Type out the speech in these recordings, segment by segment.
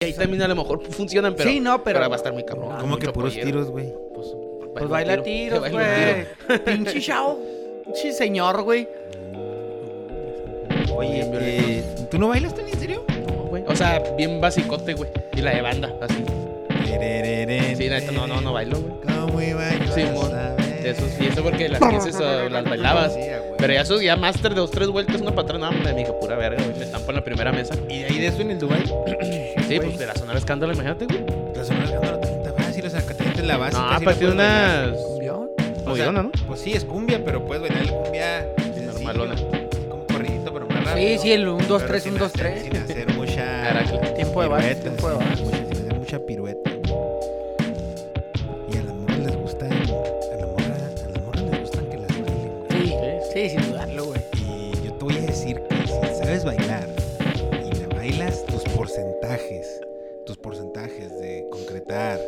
Y ahí también a lo mejor funcionan, pero. Sí, no, pero- va a estar muy cabrón. Ah, Como que mucho puros pollero. tiros, güey. Pues, Pues baila tiro, tiros, que baila un güey. Pinche chao. Pinche señor, güey. Oye, Bien eh, ¿tú no bailas tan en serio? tiro. No, güey. O sea, bien basicote, güey. Y la de banda, así. Sí, neta, no, no, no bailo, güey. ¿Cómo iba yo Sí, a mon. saber? Eso, y eso porque las piezas o las bailabas. Sí, a huevo. Pero ya eso, ya máster de dos, tres vueltas, una patrón, nada, me dije, pura verga, güey. Me estampo en la primera mesa. ¿Y de ahí de eso en el Dubai? Sí, pues de la zona de escándalo, imagínate, güey. La Ah, zona de escándalo también está fácil, o sea, que te metes la base. Ah, No, casi pero tiene puedes bailar. unas. Cumbión. O sea, movidona, ¿no? Pues sí, es cumbia, pero puedes bailar la cumbia sencillo, normalona. Como corridito, pero más rápido. Sí, sí, el 1, 2, Pero 3, sin 1, 2, hacer- 3. Sin hacer mucha. Caraca. Tiempo de vals, pirueta, tiempo de sin hacer vals. mucha- Sin hacer mucha pirueta. Y a las morras les gusta. A las morras, a las morras les gusta que las bailen. güey. Sí, sí, sin dudarlo, güey. Y yo te voy a decir que si sabes bailar y la bailas, tus porcentajes, tus porcentajes de concretar,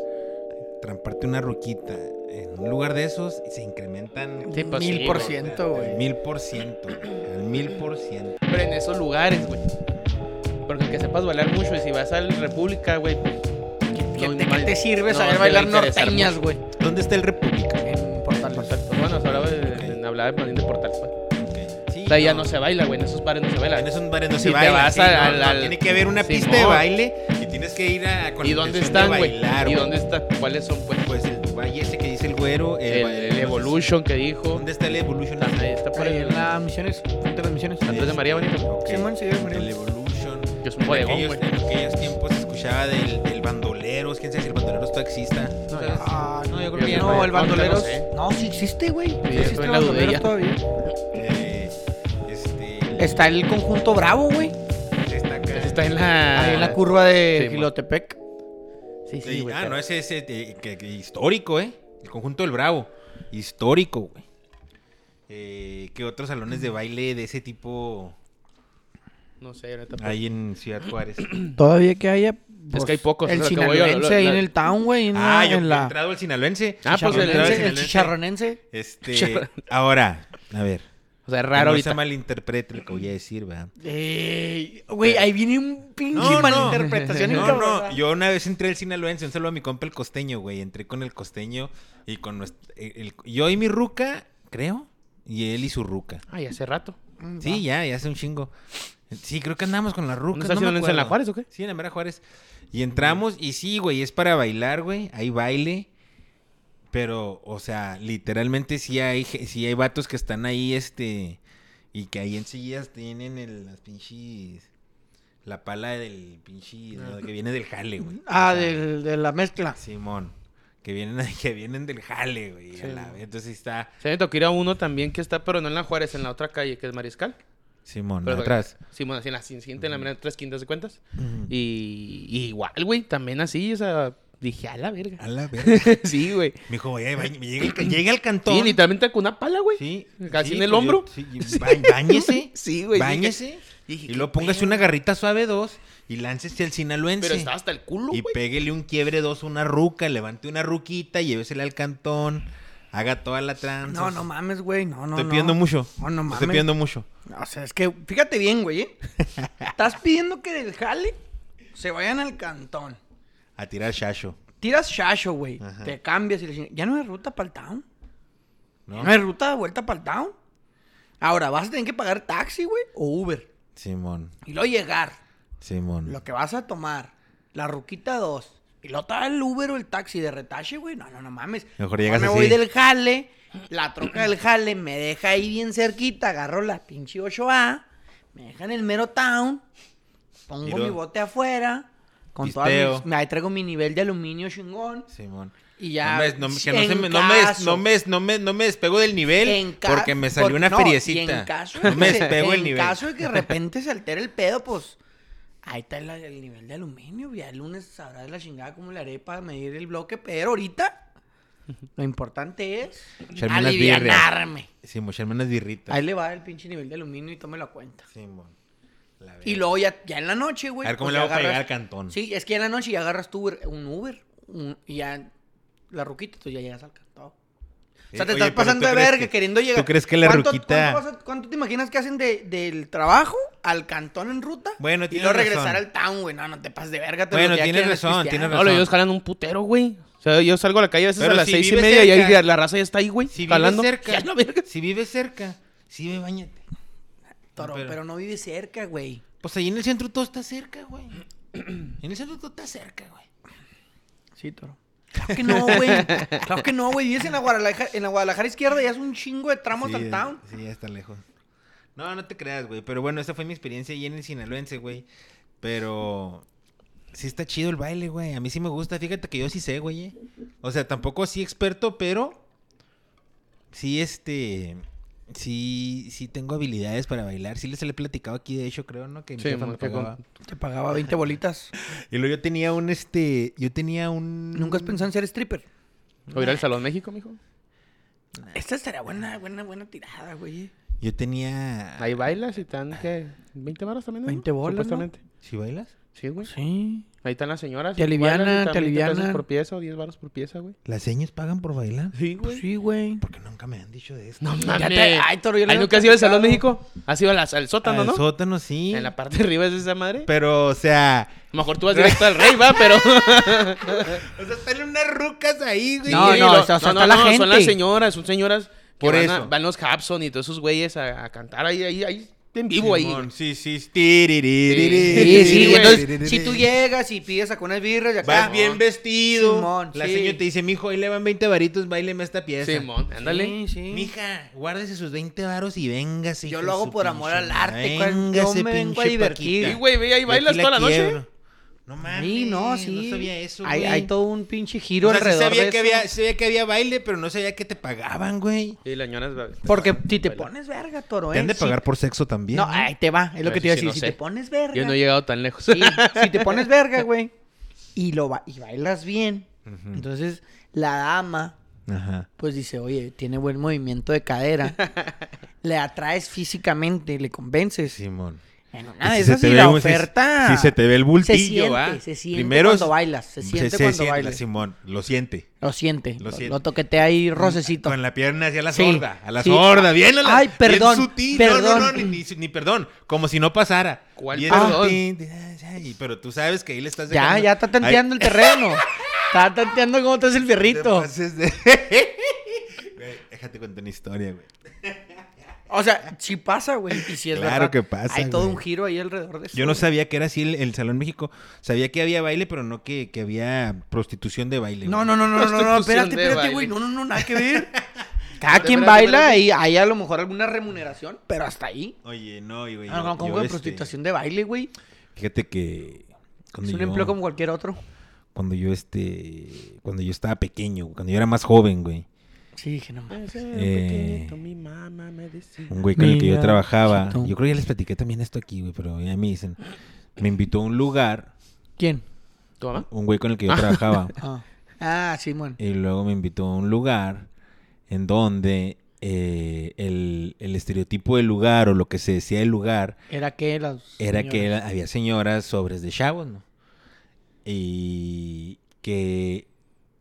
tramparte una ruquita en un lugar de esos, se incrementan Sí, pues sí, Mil por ciento, al güey. mil por ciento, güey, al mil por ciento. Pero en esos lugares, güey. Porque el que sepas bailar mucho, y si vas al República, güey, pues. ¿Qué, No, te- no, qué te sirve no, saber te va a bailar interesar norteñas, güey? ¿Dónde está el República? En Portales. Pues bueno, se hablaba de, Ok. de- hablaba más bien de portal, pues. Sí, O sea, ya no se baila, güey. En esos bares no se baila. En esos bares no Si se te baila. vas sí, al- no, al- no, al- tiene que haber una Sí, pista no. de baile y tienes que ir a. con ¿Y la dónde intención de están, güey? bailar, ¿Y dónde están? ¿Cuáles son, pues? Pues el Dubai ese que dice el güero. El, el Eh, no sé si- Evolution que dijo. ¿Dónde está el Evolution? Está, está por Por ahí ahí en el las misiones, frente a las misiones. Andrés de María Bonito. Ok. Simón, sí, María. El Evolution. Que es un En bodegón, aquellos, güey. en aquellos tiempos se escuchaba del, del bandoleros. ¿Quién sabe si el bandoleros todavía exista? ¿Sabes? Ah, no, yo creo Yo que creo no, que el no, bandoleros. no sé. No, sí existe, güey. Sí yo existe estoy el en la bandoleros dudilla. todavía. Eh, este, el- Está el conjunto Bravo, güey. está acá. Ese está en la. Ahí en la curva de Ah, Sí, mo. Gilotepec. Sí, Sí, sí, güey. ah, pero- no, ese es que, que histórico, ¿eh? El conjunto del Bravo. Histórico, güey. Eh, ¿Qué otros salones de baile de ese tipo No sé, ahorita. hay en Ciudad Juárez? Todavía que haya. pues, que hay pocos, El es lo que voy a- sinaloense lo- ahí lo- en el town, güey. En ah, la. yo en he la- entrado el sinaloense. Ah, pues el- Entrado al chicharronense, el sinaloense. chicharronense. Este, ahora, a ver. O sea, es no raro se ahorita. malinterprete lo que voy a decir, ¿verdad? Ey, Eh, Güey, ahí viene un pinche No, no. malinterpretación. No, encabrona. no, yo una vez entré al sinaloense, un saludo a mi compa el costeño, güey. Entré con el costeño y con nuestro, el- el- yo y mi ruca, creo, y él y su ruca. Ay, hace rato. Sí, ya, ya hace un chingo. Sí, creo que andamos con la ¿No ruca. No está me sinaloense en la acuerdo. Juárez o qué? Sí, en la Mera Juárez. Y entramos y sí, güey, es para bailar, güey. Hay baile. Pero, o sea, literalmente sí hay, ge- sí hay vatos que están ahí, este... Y que ahí enseguida tienen el, las pinches... La pala del pinche... Ah. ¿no? Que viene del jale, güey. Ah, O sea, del- de la mezcla. Simón. Que vienen, que vienen del jale, güey. a Sí. la vez. Entonces está... Se me tocó ir a uno también que está, pero no en la Juárez, en la otra calle, que es Mariscal. Simón, Pero atrás. Sí, bueno, así en la siguiente, en la mera tres quintas de cuentas. Y, y igual, güey, también así, o sea, dije, a la verga. A la verga. sí, güey. Me dijo, "Oye, bañe- llega el ca- llega al cantón. Sí, literalmente con una pala, güey. Sí. Casi sí, en el pues yo- hombro. sí, y ba- Báñese. Sí, güey. Báñese. dije, y ¿qué luego póngase pedo? una garrita suave dos y láncese al sinaloense. Pero estaba hasta el culo, y güey. péguele un quiebre dos a una ruca, levante una ruquita, llévesela al cantón, haga toda la tranza. No, no mames, güey. No, no. Estoy no. pidiendo mucho. Oh, No, no Estoy mames. pidiendo mucho. O sea, es que fíjate bien, güey. ¿eh? Estás pidiendo que del jale se vayan al cantón. A tirar chacho. Tiras shasho, güey. Ajá. Te cambias y le ching- ya no hay ruta para el town. ¿No? No hay ruta de vuelta para el town. Ahora vas a tener que pagar taxi, güey, o Uber. Simón. Y luego llegar, Simón. lo que vas a tomar, la ruquita 2. Y luego te va el Uber o el taxi de retache, güey. No, no, no mames. Mejor llegas me así. voy del jale, la troca del jale me deja ahí bien cerquita, agarro la pinche 8A, me deja en el mero town, pongo Tiro. mi bote afuera, con todas Pisteo. mis- ahí traigo mi nivel de aluminio chingón. Simón. Y ya, No me, no me- que no en se me- no me des- caso. no me des- no me- no me despego del nivel En ca- porque me salió por- una no, feriecita. y en caso de no me que se- despego el nivel. En caso de que de repente se altere el pedo, pues ahí está el, el nivel de aluminio. Ya el lunes sabrás la chingada cómo le haré para medir el bloque, pero ahorita lo importante es Echarme unas birrias. alivianarme. Sí, mocharme unas birritas. Ahí le va el pinche nivel de aluminio y tome la cuenta. Simón. La verga. Y luego ya, ya en la noche, güey. A ver cómo pues, le ya hago para llegar agarras- al cantón. Sí, es que en la noche ya agarras tu Uber, un Uber un- y ya la ruquita, tú ya llegas al cantón. O sea, te estás Eh, oye, pero pasando ¿tú de crees verga que- queriendo llegar. ¿Tú crees que la ¿Cuánto- ruquita- ¿cuánto, vas a- cuánto te imaginas que hacen de- del trabajo al cantón en ruta? Bueno, y tienes luego regresar razón. al town, güey. No, no te pases de verga. Te Bueno, bloquea tienes quien eres razón, cristiano. tienes No, razón. ellos jalan un putero, güey. O sea, yo salgo a la calle a veces Pero a las si seis y vives media y ahí cerca. la raza ya está ahí, güey. Si vives jalando. cerca, Ya no, verga. si vives cerca, sí ve, bañate. Toro, Pero- pero... no vive cerca, güey. Pues ahí en el centro todo está cerca, güey. En el centro todo está cerca, güey. Sí, Toro. Claro que no, güey. claro que no, güey. Vives en la Guadalajara, en la Guadalajara izquierda y haces un chingo de tramos sí, al eh, town. Sí, ya está lejos. No, no te creas, güey. Pero bueno, esa fue mi experiencia ahí en el sinaloense, güey. Pero sí está chido el baile, güey. A mí sí me gusta. Fíjate que yo sí sé, güey. eh. O sea, tampoco sí experto, pero sí, este... Sí, sí tengo habilidades para bailar. Sí les he platicado aquí, de hecho, creo, ¿no? Que mi Sí, jefa me mo- que con- pagaba. Te pagaba 20 bolitas. Y luego yo tenía un, este... Yo tenía un... ¿Nunca has pensado en ser stripper? ¿O ir al Salón México, mijo? Esta será buena, buena, buena tirada, güey. Yo tenía... Ahí bailas y están, ¿qué? ¿20 baros también? 20 bolas, ¿no? Supuestamente. ¿Sí bailas? Sí, güey. Sí. Ahí están las señoras. Te y bailan y alivianan, están te 20 pesos alivianan. por pieza o 10 baros por pieza, güey. ¿Las señas pagan por bailar? Sí, Pues sí, güey. Porque nunca me han dicho de esto. No Ya mames. te- ay, Toro, yo le Ay, había ¿Nunca has ido al Salón platicado. México? ¿Has ido a las- al sótano, Al no? Ah, sótano, sí. En la parte de arriba es esa madre. Pero, o sea... A lo mejor tú vas directo al rey, va, pero. O sea, están unas rucas ahí, güey. No, Sí, no, lo- o sea, está la gente. Son las señoras, son señoras. que Por van a- eso. van los Hapson y todos esos güeyes a, a cantar ahí, ahí, ahí, en vivo ahí. Sí, sí. Sí, sí, Sí, güey. Entonces, si tú llegas y pides a con unas birras y acá. Vas bien vestido. Simón, la sí. señora te dice, mijo, ahí le van 20 varitos, báileme esta pieza. Simón, ándale. Sí, sí. Mija, guárdese sus 20 varos y véngase. Yo hija lo de hago su por pinche amor al madre. arte, cual- yo Véngase, me vengo a pinche divertir. Paquita. Sí, güey, ve ahí Yo bailas aquí toda la noche. quiebro. No mames. Sí, no, sí. No sabía eso, hay, güey. hay todo un pinche giro O sea, sí alrededor sabía, de que eso. había, sabía que había baile, pero no sabía que te pagaban, güey. Y las señoras. Porque si te pones verga, toro, ¿eh? Te han de Si- pagar por sexo también. No, ¿eh? ahí te va. Es lo Yo que eso te iba a sí decir. no Si sé. te pones verga. Yo no he llegado tan lejos. Sí, si te pones verga, güey, y lo ba- y bailas bien, Ujú. entonces la dama Ajá. pues dice, "Oye, tiene buen movimiento de cadera." le atraes físicamente, le convences. Simón. En Y una si de se esas te y ve la un- si- oferta. si se te ve el Se bultillo, siente, ¿va? se siente Primero cuando es- bailas, se siente cuando siente, bailas. Simón, lo siente. Lo siente. Lo Lo, siente. lo toquetea ahí rocecito. Con la pierna hacia la Sí, sorda, a la sí. sorda, bien a la- Ay, bien perdón, sutil. perdón. No, no, no, ni, ni, ni perdón, como si no pasara. ¿Cuál Bien perdón? sutil, ay, pero tú sabes que ahí le estás Ya, ya está tanteando el terreno. está tanteando cómo te hace el fierrito. Güey, déjate contar una historia, güey. O sea, sí pasa, güey. Y sí es Claro verdad. que pasa, Hay todo güey. un giro ahí alrededor de eso. Yo no güey. sabía que era así el, el Salón México. Sabía que había baile, pero no que, que había prostitución de baile. No, güey. no, no, no, no, no, no, Prostitución espérate, de espérate, güey. baile. No, no, no, nada que ver. Cada Espérate, quien espérate, baila espérate. y hay a lo mejor alguna remuneración, pero hasta ahí. Oye, no, y güey. Ah, yo- no, como yo, de este, prostitución de baile, güey. Fíjate que. Cuando Es un yo- empleo como cualquier otro. Cuando yo, este. Cuando yo estaba pequeño, cuando yo era más joven, güey. Sí, dije, no mames. Eh, mi mamá me decía. Un güey con el que yo Mira, trabajaba. chiquito. Yo creo que ya les platiqué también esto aquí, güey, pero ya me dicen. Me invitó a un lugar, ¿Quién? ¿Tu mamá? un güey con el que yo trabajaba. Ah, ah sí, bueno. Y luego me invitó a un lugar en donde eh, el, el estereotipo del lugar o lo que se decía del lugar Era que las. era que señoras- la- había señoras sobres de chavos, ¿no? Y que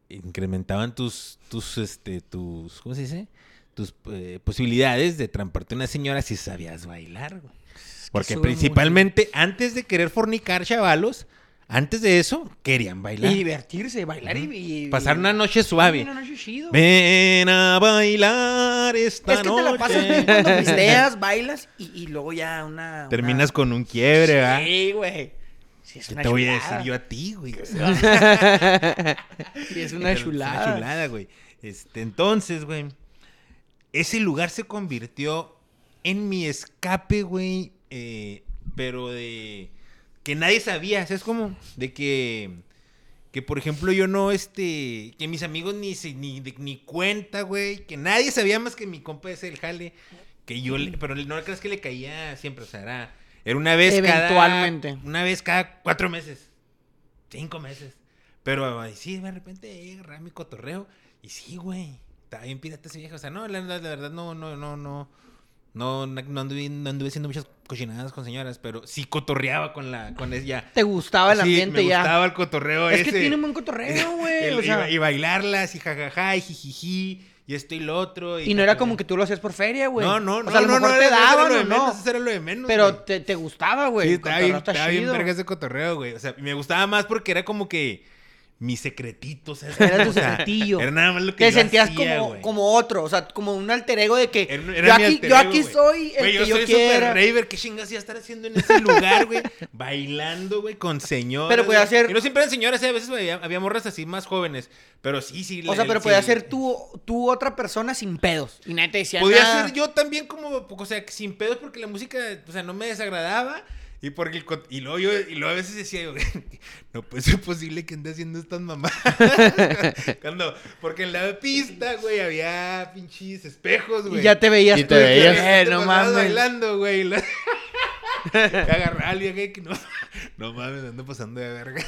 incrementaban tus, tus, este, tus, ¿cómo se dice? Tus eh, posibilidades de tramparte una señora si sabías bailar, güey. Porque sube principalmente antes de querer fornicar chavalos, antes de eso querían bailar. Y divertirse, bailar y- Ujú. y. Pasar una noche suave. suave. Una noche chido. Ven a bailar esta Es que te la pasas bien noche. cuando pisteas, bailas y, y luego ya una. una- Terminas con un quiebre, ¿verdad? Sí, güey. Sí, es ¿Qué una te voy a chulada. decir yo a ti, güey? O sea, Sí, es una es chulada. Una chulada, güey. Este, entonces, güey, ese lugar se convirtió en mi escape, güey, eh, pero de que nadie sabía, ¿sabes cómo? De que, que por ejemplo, yo no, este, que mis amigos ni, se- ni, de- ni cuenta, güey, que nadie sabía más que mi compa ese, el jale, que yo, le- pero no crees que le caía siempre, o sea, era, era una vez Eventualmente. cada, una vez cada cuatro meses, cinco meses. Pero ay, sí, de repente eh, agarraba mi cotorreo. Y sí, güey. Estaba bien pirata ese viejo. O sea, no, la, la- la verdad, no, no, no, no. No, no, no anduve, no anduve haciendo muchas cochinadas con señoras, pero sí cotorreaba con la, con ella. Te gustaba el Sí, ambiente me ya. gustaba el cotorreo es ese. que tiene un buen cotorreo, El- güey. o y, sea, ba- y bailarlas y jajaja y jijiji. y esto y lo otro. Y no era como que tú lo hacías por feria, güey. No, no, no. O sea, a lo no, mejor no, te era- eso era daban lo o de no. menos, eso era lo de menos, güey. Pero te, te gustaba, güey. Sí, el estaba cotorreo bien, está estaba bien chido. verga ese cotorreo, güey. O sea, me gustaba más porque era como que mi secretito, ¿sabes? Era tu O sea, secretillo. Era nada más lo que Te yo sentías hacía, como, güey. como otro, o sea, como un alter ego de que Era- yo, era mi aquí, alter yo ego, aquí güey. soy el Güey, que yo, soy quiera. super raver. ¿Qué chingas iba a estar haciendo en ese lugar, güey? Bailando, güey, con señoras. Pero podía güey. ser- Y no siempre eran señoras, ¿eh? a veces había, había morras así más jóvenes. Pero sí, sí. O la- sea, pero sí. podía ser tú, tú otra persona sin pedos. Y nadie te decía Podía nada. ser yo también como, o sea, sin pedos porque la música, o sea, no me desagradaba. Y porque el cot- y luego yo, y luego a veces decía yo, no puede ser posible que ande haciendo estas mamás. Cuando, porque en la pista, güey, había pinches espejos, güey. Y ya te veías Y tú te de que, veías. "Eh, no mames. mames. bailando, güey. La... Agarrar a alguien que no, no mames, ando pasando de verga.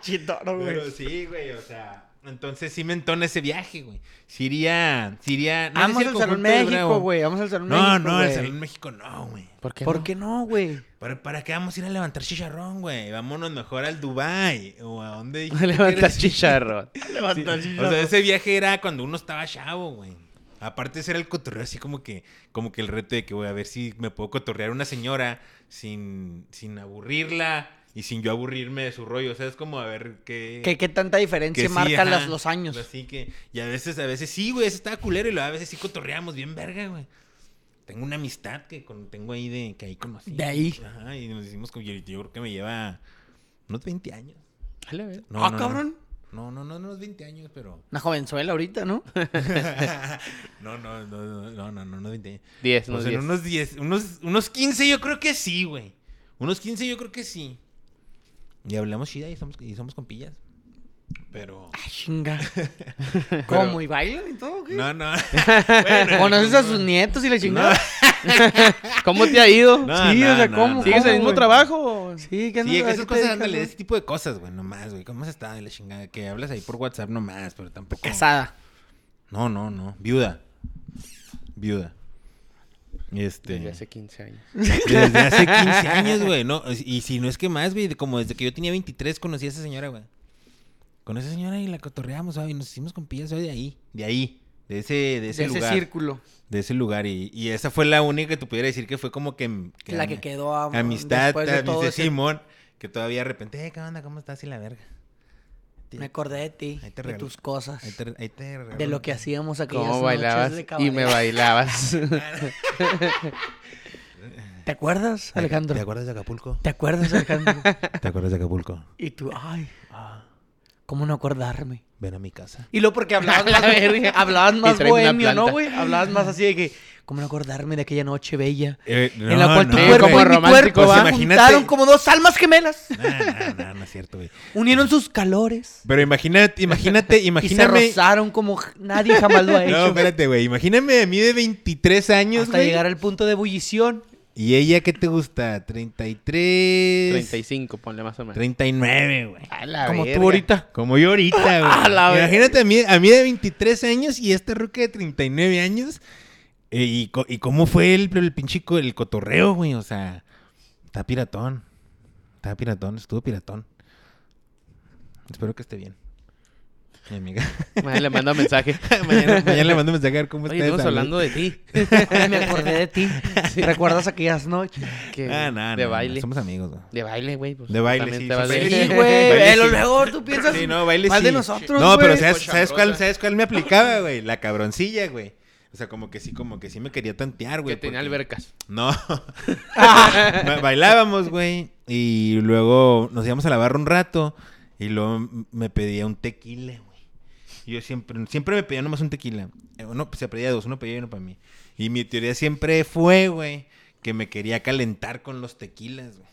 Chitoro, güey. Pero sí, güey, o sea. Entonces sí me entona ese viaje, güey. Sí iría, sí iría. no sé Vamos si el al Salón conjunto del México, Bravo. güey. Vamos al Salón México. No, no, el güey. Salón México no, güey. ¿Por qué? ¿Por no? qué no, güey? ¿Para, ¿Para qué vamos a ir a levantar chicharrón, güey? Vámonos mejor al Dubai o a dónde dijiste que Levantar eres? chicharrón. O sea, ese viaje era cuando uno estaba chavo, güey. Aparte ese era el cotorreo así como que como que el reto de que voy a ver si me puedo cotorrear una señora sin sin aburrirla y sin yo aburrirme de su rollo, o sea, es como a ver qué ¿Qué, qué tanta diferencia que sí, marcan ajá. las- los años? Así que, y a veces, a veces sí, güey, eso estaba culero y luego a veces sí cotorreamos bien verga, güey. Tengo una amistad que con- tengo ahí de que ahí conocí. De ahí. Ajá, y nos hicimos con yo, yo creo que me lleva unos 20 años. A la verga. No, ah, no, no. cabrón. No, no, no, no, unos 20 años, pero. Una jovenzuela ahorita, ¿no? no, no, no, no, no, no, no, unos 20 años. Diez, O Pues unos sea, diez. unos 10, unos, unos 15 yo creo que sí, güey. Unos 15 yo creo que sí. Y hablamos chida y somos, y somos compillas. Pero. Ah, chinga. ¿Cómo? ¿Y bailan y todo? o ¿Qué? No, no. ¿Conoces a sus nietos y la chingada? ¿Cómo te ha ido? No, sí, no, o sea, no, ¿cómo? no. ¿Sigues cómo, el mismo güey? trabajo? Sí, ¿qué Sí, andas- a que esas qué te cosas, dedicas, ándale, güey? ese tipo de cosas, güey, nomás, güey. ¿Cómo has estado de la chingada? Que hablas ahí por WhatsApp nomás, pero tampoco. Casada. No, no, no. Viuda. Viuda. Este. Desde hace 15 años. Desde hace 15 años, güey. No, y si no es que más, güey, como desde que yo tenía 23 conocí a esa señora, güey. Con esa señora y la cotorreamos, güey, y nos hicimos compillas, güey, de ahí, de ahí, de ese, de ese De ese lugar, círculo. de ese lugar. Y, y esa fue la única que tú pudiera decir que fue como que, La que quedó am- amistad, después de amistad todo ese- Simón, que todavía de repente, "Eh, ¿qué onda? ¿Cómo estás? Y la verga. Te- Me acordé de ti, Ahí te de regalo. tus cosas, Ahí te, ahí te regalo de lo un- que hacíamos aquellas ¿Cómo noches bailabas? de Y me cabaret. bailabas. ¿Te acuerdas, Alejandro? ¿Te acuerdas de Acapulco? ¿Te acuerdas, Alejandro? ¿Te acuerdas de Acapulco? y tú, ay, Ah. ¿cómo no acordarme? Ven a mi casa. Y luego porque hablabas A la más, verga. hablabas Y más traes una bohemio, ¿no, planta. güey? Hablabas más así de que, ¿cómo no acordarme de aquella noche bella? Eh, no, en la cual tu no, cuerpo como y mi romántico, cuerpo ¿va? se Imagínate. juntaron como dos almas gemelas. No, no, no, no es cierto, güey. Unieron sus calores Pero imagínate, imagínate, y imagíname. se rozaron como nadie jamás lo ha hecho. No, espérate, güey. Imagíname a mí de 23 años, hasta güey. llegar al punto de ebullición. Y ella, ¿qué te gusta? 33. 35, ponle más o menos. 39, güey. A la Como verga. tú ahorita. Como yo ahorita, güey. A la verga. Imagínate a mí, a mí de 23 años y esta ruca de 39 años. Eh, y, co- y cómo fue el, el pinche co- el cotorreo, güey. O sea, está piratón. Está piratón, estuvo piratón. Espero que esté bien. Mi amiga. Madre, le mando mensaje. mañana, mañana le mando mensaje a ver cómo Oye, está. estamos esa, güey. hablando de ti. Ay, me acordé de ti. ¿Recuerdas aquellas noches? Que- Ah, no, no, de no, baile. somos amigos, güey. De baile, güey. pues, De baile, también sí, te sí, vas baile. de- Sí, güey. Baile pero sí. Luego tú piensas Sí, no, baile mal sí. de nosotros, No, pero güey. ¿sabes, ¿sabes, cuál, Cochambrosa. ¿sabes cuál me aplicaba, güey? La cabroncilla, güey. O sea, como que sí, como que sí me quería tantear, Que güey. tenía porque- albercas. No. Ba- Bailábamos, güey. Y luego nos íbamos a la barra un rato. Y luego m- me pedía un tequila, güey. Y Yo siempre, siempre me pedía nomás un tequila. Eh, Uno, se pedía dos, uno pedía y uno para mí. Y mi teoría siempre fue, güey, que me quería calentar con los tequilas, güey.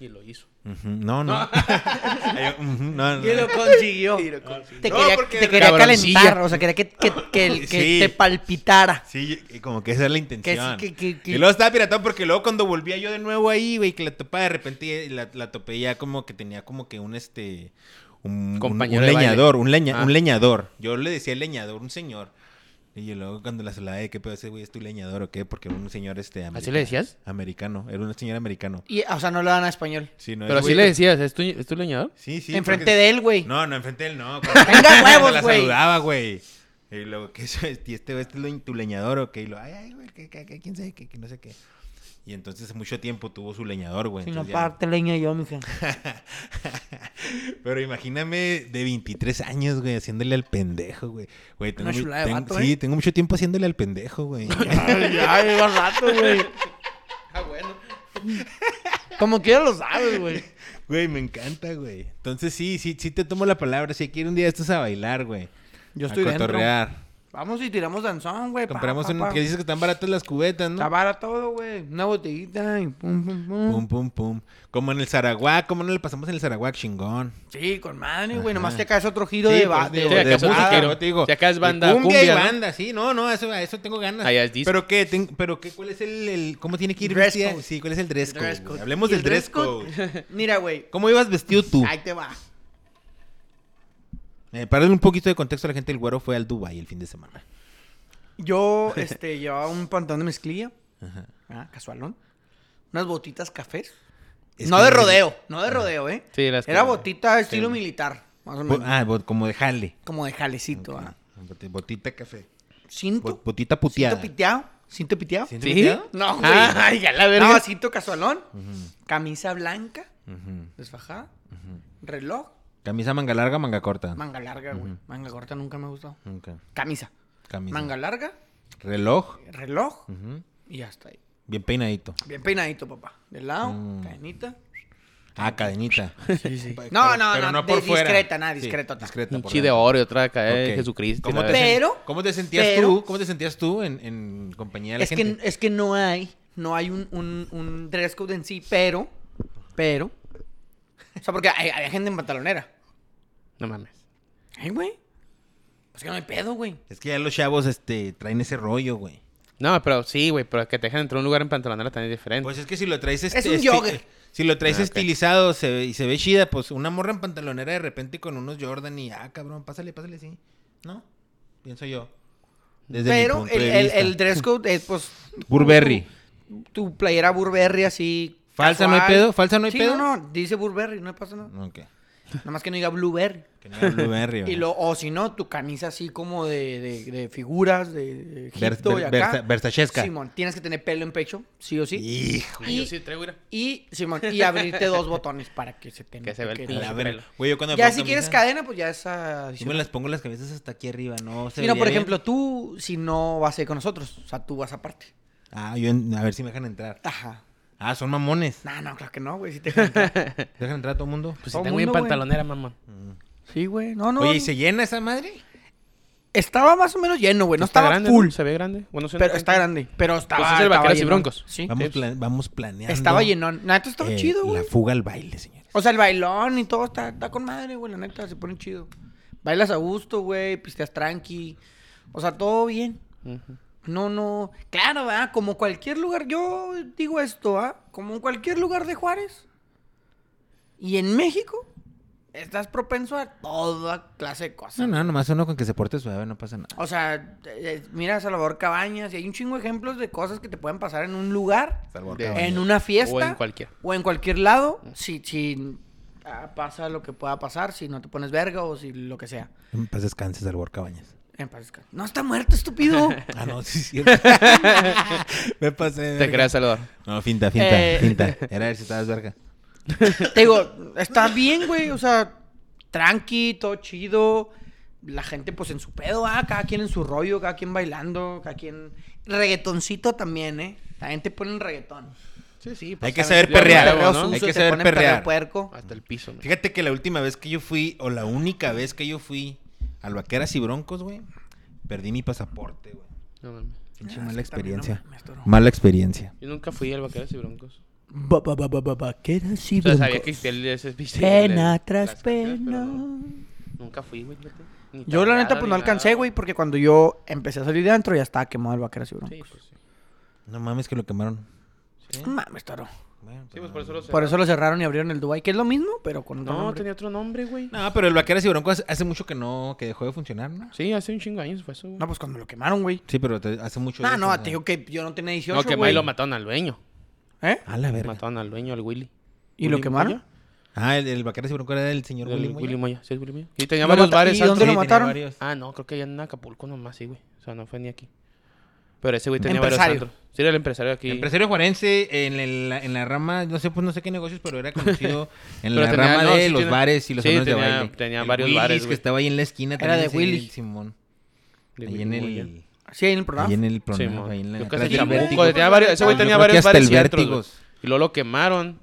Y lo hizo. Ujú, No, no. Ay, yo, ujú, no, no. Y lo consiguió. Te No, quería, porque te quería cabroncilla. calentar, o sea, quería que, que, que, el- que Sí. te palpitara. Sí, y como que esa es la intención. Que sí, que- que- que- Y luego estaba piratón porque luego cuando volvía yo de nuevo ahí, güey, que la topaba de repente, la, la topé ya como que tenía como que un este... Un, un- Compañero un de baile. leñador, un, leña- Ah. un leñador. Yo le decía leñador, un señor. Y yo luego cuando la saludaba, ¿qué pedo ese güey es tu leñador o qué? Porque era un señor este... americano- le decías? Americano, era un señor americano. Y, o sea, no lo dan a español. Sí, no, Pero ese así güey- le decías, ¿es tu, ¿es tu leñador? Sí, sí. Enfrente porque- de él, güey. No, no, enfrente de él no. Venga, huevos, la güey. saludaba, güey. Y luego, ¿qué es? Y este, este es lo, tu leñador, ok. Y lo, ay, ay, güey, que, que- que quién sabe, que, que no sé qué. Y entonces mucho tiempo tuvo su leñador, güey. Si no, entonces ya- parte leña yo, mija. Pero imagíname de 23 años, güey, haciéndole al pendejo, güey. Güey, tengo, Una mu- chulada de tengo- vato, sí, ¿eh? tengo mucho tiempo haciéndole al pendejo, güey. Ay, ya, lleva rato, güey. Ah, bueno. Como quiera lo sabes, güey. Güey, me encanta, güey. Entonces sí, sí, sí te tomo la palabra. Si quiero un día estos a bailar, güey. Yo estoy a dentro. cotorrear. Vamos y tiramos danzón, güey. pa, Compramos pa, un... pa. Que dices que están baratas las cubetas, ¿no? Está barato todo, güey. Una botellita y pum, pum, pum. Pum, pum, pum. Como en el Zaraguá, ¿cómo no le pasamos en el Zaraguá? Chingón. pues, Sí, con madre, güey. Ajá. Nomás que acá es otro giro de, ba- de, sí, acá de es otro música. giro. ¿no? Te digo, Si acá es de banda, cumbia, cumbia, y ¿no? banda, sí, no, no, a eso, a eso tengo ganas. Allá es disco. pero qué, Ten- pero qué, ¿cuál es el, el- cómo tiene que ir Dress vestida? code. Sí, ¿cuál es el dress code? Dress güey? code. Hablemos ¿Y el del dress dress code. code? Mira, güey. ¿Cómo ibas vestido tú? Ahí te va. Eh, para darle un poquito de contexto a la gente, el güero fue al Dubai el fin de semana. Yo, este, llevaba un pantalón de mezclilla. Ajá. Ah, casualón. Unas botitas cafés. Es no que- de rodeo, no de rodeo, ¿eh? Sí, las que- Era botita estilo militar, más o Bo- menos. ah, bo- como de jale. Como de jalecito. Mm. ah. Bot- Botita café. Cinto. Bo- botita Cinto puteada. piteado. Cinto piteado. ¿Cinto ¿Sí? piteado? No, güey. Ah, ay, a la verga. No, cinto casualón. Camisa blanca, Ujú. desfajada. Reloj, Camisa manga larga, manga corta. manga larga, güey. Manga corta nunca me ha gustado. Ok. Camisa. Camisa. Manga larga, Reloj. reloj Ujú. y hasta ahí. Bien peinadito. Bien peinadito, papá. De lado, Mm. cadenita. Ah, cadenita. Sí, sí. No, Pero- no, pero no. por de- fuera. Discreta, nada, Sí, discreta. discreta. Un por chi de dentro. oro y otra acá de Ok. Jesucristo. ¿Cómo la te, verga. Pero- sen- ¿Cómo te sentías pero- tú? ¿Cómo te sentías tú en, en compañía de la es gente? Que, es que no hay, no hay un, un, un dress code en sí, pero, pero. O sea, porque hay, hay gente en pantalonera. No mames. Ay, güey. Pues que no hay pedo, güey. Es que ya los chavos este, traen ese rollo, güey. No, pero sí, güey, pero que te dejan entrar a un lugar en pantalonera también es diferente. Pues es que si lo traes este, Es un esti- jogger. Si lo traes Ah, ok. estilizado se ve- y se ve chida, pues una morra en pantalonera de repente con unos Jordan y ah, cabrón, pásale, pásale, sí. ¿No? Pienso yo. Desde mi pero punto el, de el- vista. el dress code es, pues. Burberry. Tu, tu playera Burberry así. ¿Falsa no hay pedo? ¿Falsa no hay Sí, pedo? No, no, dice Burberry, no pasa nada. Ok. Nada más que no diga Blueberry. Que no era Blueberry, Y güey. lo, o si no, tu camisa así como de, de- de figuras, de, de Ver- Egipto ver- y acá. versa- versachesca. Simón, tienes que tener pelo en pecho, sí o sí. Hijo. Ay, yo sí traigo, mira. Y, Simón, y abrirte dos botones para que se te Que se vea el que- pelo. A ver, güey, yo cuando me Ya pongo si quieres camisa, cadena, pues ya esa... Yo me las pongo las cabezas hasta aquí arriba, ¿no? se Mira, vería por bien. ejemplo, tú, si no vas a ir con nosotros, o sea, tú vas aparte. Ah, yo en- a ver si me dejan entrar. Ajá. Ah, son mamones. No, no, claro que no, güey, si te encanta. Dejan entrar a todo mundo. Pues Todo si tengo bien mundo, güey. pantalonera, mamón. Sí, güey, no, no. Oye, ¿y se llena esa madre? Estaba más o menos lleno, güey, no estaba Pues grande, full, ¿no? Se ve grande. Bueno, se pero nota. está grande, pero estaba... Pues es el estaba Vaqueros y llenón. Broncos. Sí, Vamos, sí. pla- vamos planeando. estaba llenón. Nada, esto estaba eh, chido, güey. La fuga al baile, señor. O sea, el bailón y todo está, está con madre, güey, la neta, se pone chido. Bailas a gusto, güey, pisteas tranqui. O sea, todo bien. Ujú. No, no. Claro, ¿verdad? Como cualquier lugar, yo digo esto, ¿ah? Como en cualquier lugar de Juárez. Y en México, estás propenso a toda clase de cosas. No, no, nomás uno con que se porte suave, no pasa nada. O sea, eh, mira a Salvador Cabañas y hay un chingo de ejemplos de cosas que te pueden pasar en un lugar, Salvador De- Cabañas. en una fiesta. O en cualquier. o en cualquier lado, si, si ah, pasa lo que pueda pasar, si no te pones verga o si lo que sea. En paz descanses, Salvador Cabañas. En paz descanse. No está muerto, estúpido. Ah, no, sí, sí. Me pasé. de Te verga. creas, Salvador. No, finta, finta, Eh. finta. Era a ver si estabas verga. Te digo, está bien, güey. O sea, tranqui, todo chido. La gente, pues, en su pedo, ah, cada quien en su rollo, cada quien bailando, cada quien. Reggaetoncito también, ¿eh? También te ponen reggaetón. Sí, sí. pues Hay que saber perrear, Perreo ¿no? sucio, Hay que te saber ponen perreo perrear. puerco. Hasta el piso. ¿no? Fíjate que la última vez que yo fui, o la única vez que yo fui al Vaqueras y Broncos, güey, perdí mi pasaporte, güey. No mames. Pinche Ah, es que mala también, experiencia. no mames, toro. Mala experiencia. Yo nunca fui al Vaqueros y Broncos. Ba- ba- ba- ba- ba- Vaqueras y O sea, sabía broncos. que existía el- ese viste, el- Pena el- tras las canciones, pero pena. no, Nunca fui, güey. fíjate. Ni Yo la neta tardeada, pues ni no alcancé, nada. güey, porque cuando yo empecé a salir de antro ya estaba quemado el vaquero, bro. Sí, pues sí. No mames que lo quemaron. Sí, Mames, toro. bueno, Sí, pues pues por no. eso lo sé. Por eso lo cerraron y abrieron el Dubai, que es lo mismo, pero con otro No, nombre. tenía otro nombre, güey. No, pero el Vaqueras y Broncos hace- hace mucho que no, que dejó de funcionar, ¿no? Sí, hace un chingo de años fue eso, güey. No, pues cuando lo quemaron, güey. Sí, pero te- hace mucho. Ah, No, de no, eso, te digo que yo no tenía 18, No, que güey. May lo mataron al dueño. ¿Eh? A la verga. Mataron al dueño, al Willy. ¿Y lo Willy quemaron? Muñoz. Ah, el, el Bacardí Bronco era del señor Willy Willy, Moya. Willy Moya. Sí, es Willy Moya. Y tenía ¿Lo varios mata- bares. y antes. dónde lo Sí, tenía mataron? varios. Ah, no, creo que allá en Acapulco nomás, sí, güey. O sea, no fue ni aquí. Pero ese güey tenía Empresario. varios antros. Sí, era el empresario aquí. Empresario juarense en, el- en la rama, no sé, pues no sé qué negocios, pero era conocido Pero en la tenía- rama no, de sí los tiene- bares y los sí, salones de tenía- baile. tenía El varios Willy's, bares, que güey. estaba ahí en la esquina. Era también, de ese, el Willy's. Simón. de ahí Willy en Moya. el... Sí, ahí en el programa. Ahí en el Sí, programa. mon. ahí en la... Yo atrás casi del Chamuco, Vértigo. tenía varios- Ese güey Ah, tenía yo creo que varios hasta bares el y antros, güey. Vértigos. Y luego lo quemaron.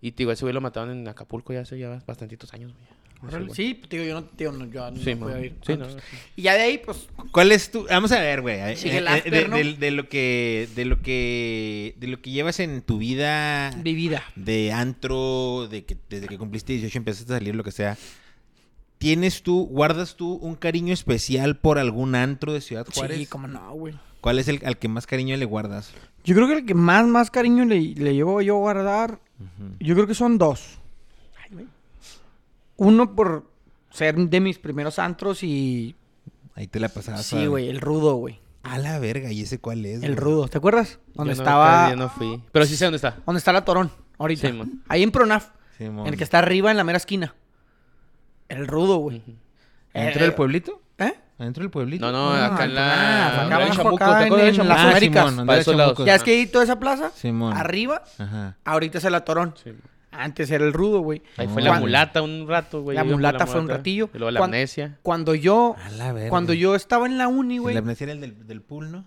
Y te digo, ese güey lo mataron en Acapulco ya hace ya bastantitos años, güey. Ese Órale. güey. Sí, pues, tío, yo no, tío, no, yo no Sí, voy a man. ir. Sí, no, antes. sí. Y ya de ahí, pues, ¿Cuál es tu...? Vamos a ver, güey. eh, Sigue el eh, after, de, ¿no? de- de lo que... De lo que... De lo que llevas en tu vida... vivida. De antro, de que desde que cumpliste 18 empezaste a salir, lo que sea. ¿Tienes tú, guardas tú un cariño especial por algún antro de Ciudad Juárez? Sí, como no, güey. ¿Cuál es el al que más cariño le guardas? Yo creo que el que más, más cariño le, le llevo yo a guardar, yo creo que son dos. Uno por ser de mis primeros antros y... Ahí te la pasabas. sí, güey, el rudo, güey. A la verga, ¿y ese cuál Ah, es? El güey? rudo, ¿te acuerdas? Donde Yo no- estaba... yo no fui. Pero sí sé dónde está. Donde está la Torón, ahorita. Sí, man. Ahí en Pronaf, Simón. en el que está arriba en la mera esquina. El rudo, güey. Ujú. ¿Adentro Eh, del pueblito? ¿Eh? ¿Adentro del pueblito? No, no, No, acá en la. acá Andrea abajo, Chamuco, acá ¿te acuerdas de en Chamuco? las Ah, Américas. Simón, Para Andrea esos Chamuco. lados. Ya es que ahí toda esa plaza, Simón. arriba, Ajá. ahorita es el atorón. Sí, man. Antes era el rudo, güey. Ahí fue Oh. la Cuan- mulata un rato, güey. La Yo fui a mulata fue un ratillo. Y luego la Cuan- amnesia. Cuando yo, A la verga. cuando yo estaba en la uni, güey. El amnesia era el del, del pool, ¿no?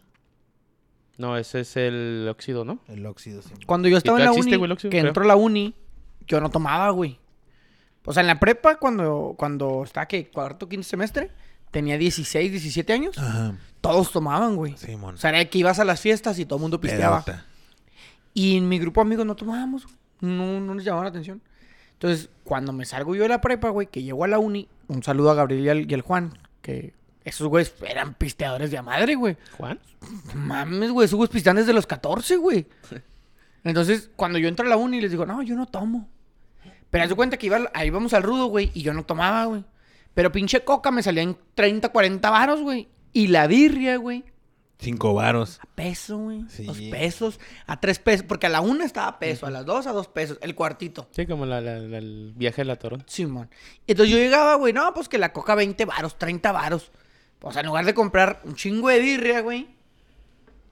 No, ese es el óxido, ¿no? El óxido, Simón. Cuando yo estaba en la todavía existe, uni, güey, el óxido, que creo. entró la uni, yo no tomaba, güey. O sea, en la prepa, cuando, cuando estaba, que Cuarto, quinto semestre, tenía 16, 17 años. Ajá. Todos tomaban, güey. Simón. O sea, era que ibas a las fiestas y todo el mundo pisteaba. Pedota. Y en mi grupo de amigos no tomábamos, güey. no, no nos llamaba la atención. Entonces, cuando me salgo yo de la prepa, güey, que llego a la uni, un saludo a Gabriel y al, y al Juan, que esos güeyes eran pisteadores de a madre, güey. Juan. Mames, güey, esos güeyes pistean desde los 14, güey. Entonces, cuando yo entro a la uni, les digo, no, yo no tomo. Pero haz de cuenta que iba, al- ahí vamos al rudo, güey, y yo no tomaba, güey. Pero pinche coca me salía en 30, 40 varos, güey. Y la birria, güey, Cinco varos. peso, güey. Sí. Dos pesos. A tres pesos. Porque a la una estaba a peso, a las dos a dos pesos. El cuartito. Sí, como la, la- la- el viaje de la Torón. Simón. Entonces yo llegaba, güey, no, pues que la coca 20 varos, 30 varos. O sea, en lugar de comprar un chingo de birria, güey,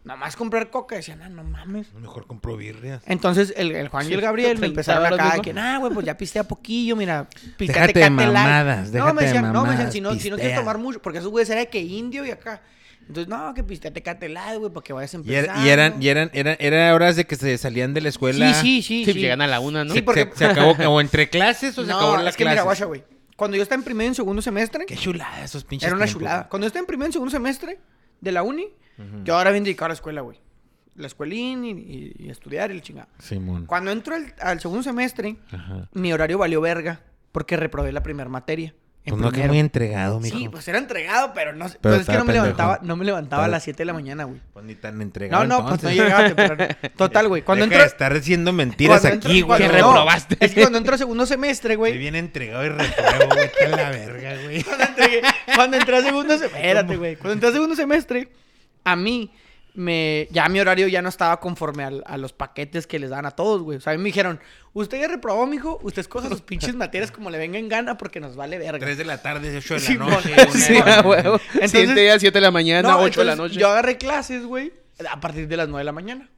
nomás comprar coca. Decían, ah, no mames. Mejor compró birrias. Entonces el, el Juan y el Gabriel 30 me empezaron varos, acá ¿no? que, nah, güey, pues ya pistea poquillo, mira, pistea Déjate de Tecate Light". mamadas, No, me déjate de decían, no, me decían, mamadas, si no, si no quieres pistea. tomar mucho, porque esos güeyes era de que indio y acá. Entonces, no, que pistea Tecate Light, güey, porque vayas Y, empezando. era- y eran, y eran, eran, eran horas de que se salían de la escuela. Sí, sí, sí. Sí, pues, sí. llegan a la una, ¿no? Sí, Sí, porque- Se, se acabó, o entre clases o se No, acabó la es que mira, clase. guacha, güey. Cuando yo estaba en primero y en segundo semestre, Qué chulada esos pinches. era una tiempos. chulada. Cuando yo estaba en primero y en segundo semestre de la uni, yo ahora bien dedicado a la escuela, güey. La escuelín y, y- y estudiar y el chingado. Simón. Cuando entro al, al segundo semestre, Ajá. mi horario valió verga porque reprobé la primera materia. en Pues no, que primero. muy entregado, mijo. Sí, pues era entregado, pero no sé. Pero pues es que estaba no me pendejo. levantaba, no me levantaba a Estaba- las 7 de la mañana, güey. Pues ni tan No, entregado. no, pues no entonces. llegaba temprano. Total, güey. Cuando Deja entro. de estar diciendo mentiras cuando aquí, entro- güey. cuando- Que no, reprobaste. Es que cuando entro a segundo semestre, Estoy güey. bien entregado y repruebo, güey. Está la verga, güey. cuando entré, cuando entré a segundo semestre. Espérate, güey. Cuando entré a segundo semestre, a mí, me, ya mi horario ya no estaba conforme al- a, los paquetes que les dan a todos, güey. O sea, a mí me dijeron, usted ya reprobó, mijo. Usted escoja sus pinches materias como le venga en gana porque nos vale verga. Tres de la tarde, ocho de la Simón. noche. una- sí, a huevo. Entonces- Siguiente día, siete de la mañana, No, ocho de la entonces, noche. Yo agarré clases, güey, a partir de las 9 de la mañana.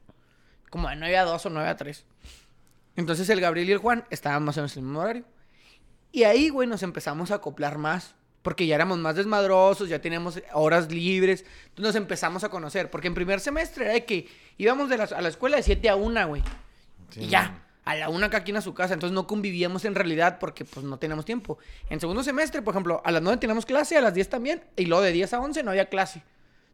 Como de 9 a 2 o 9 a 3. Entonces el Gabriel y el Juan estaban más o menos en el mismo horario. Y ahí, güey, nos empezamos a acoplar más. Porque ya éramos más desmadrosos, ya teníamos horas libres. Entonces nos empezamos a conocer. Porque en primer semestre era de que íbamos de la- a la escuela de 7 a 1, güey. Sí, y ya. A la una cada quien a su casa, entonces no convivíamos en realidad porque pues no teníamos tiempo. En segundo semestre, por ejemplo, a las 9 teníamos clase, a las 10 también, y luego de 10 a 11 no había clase.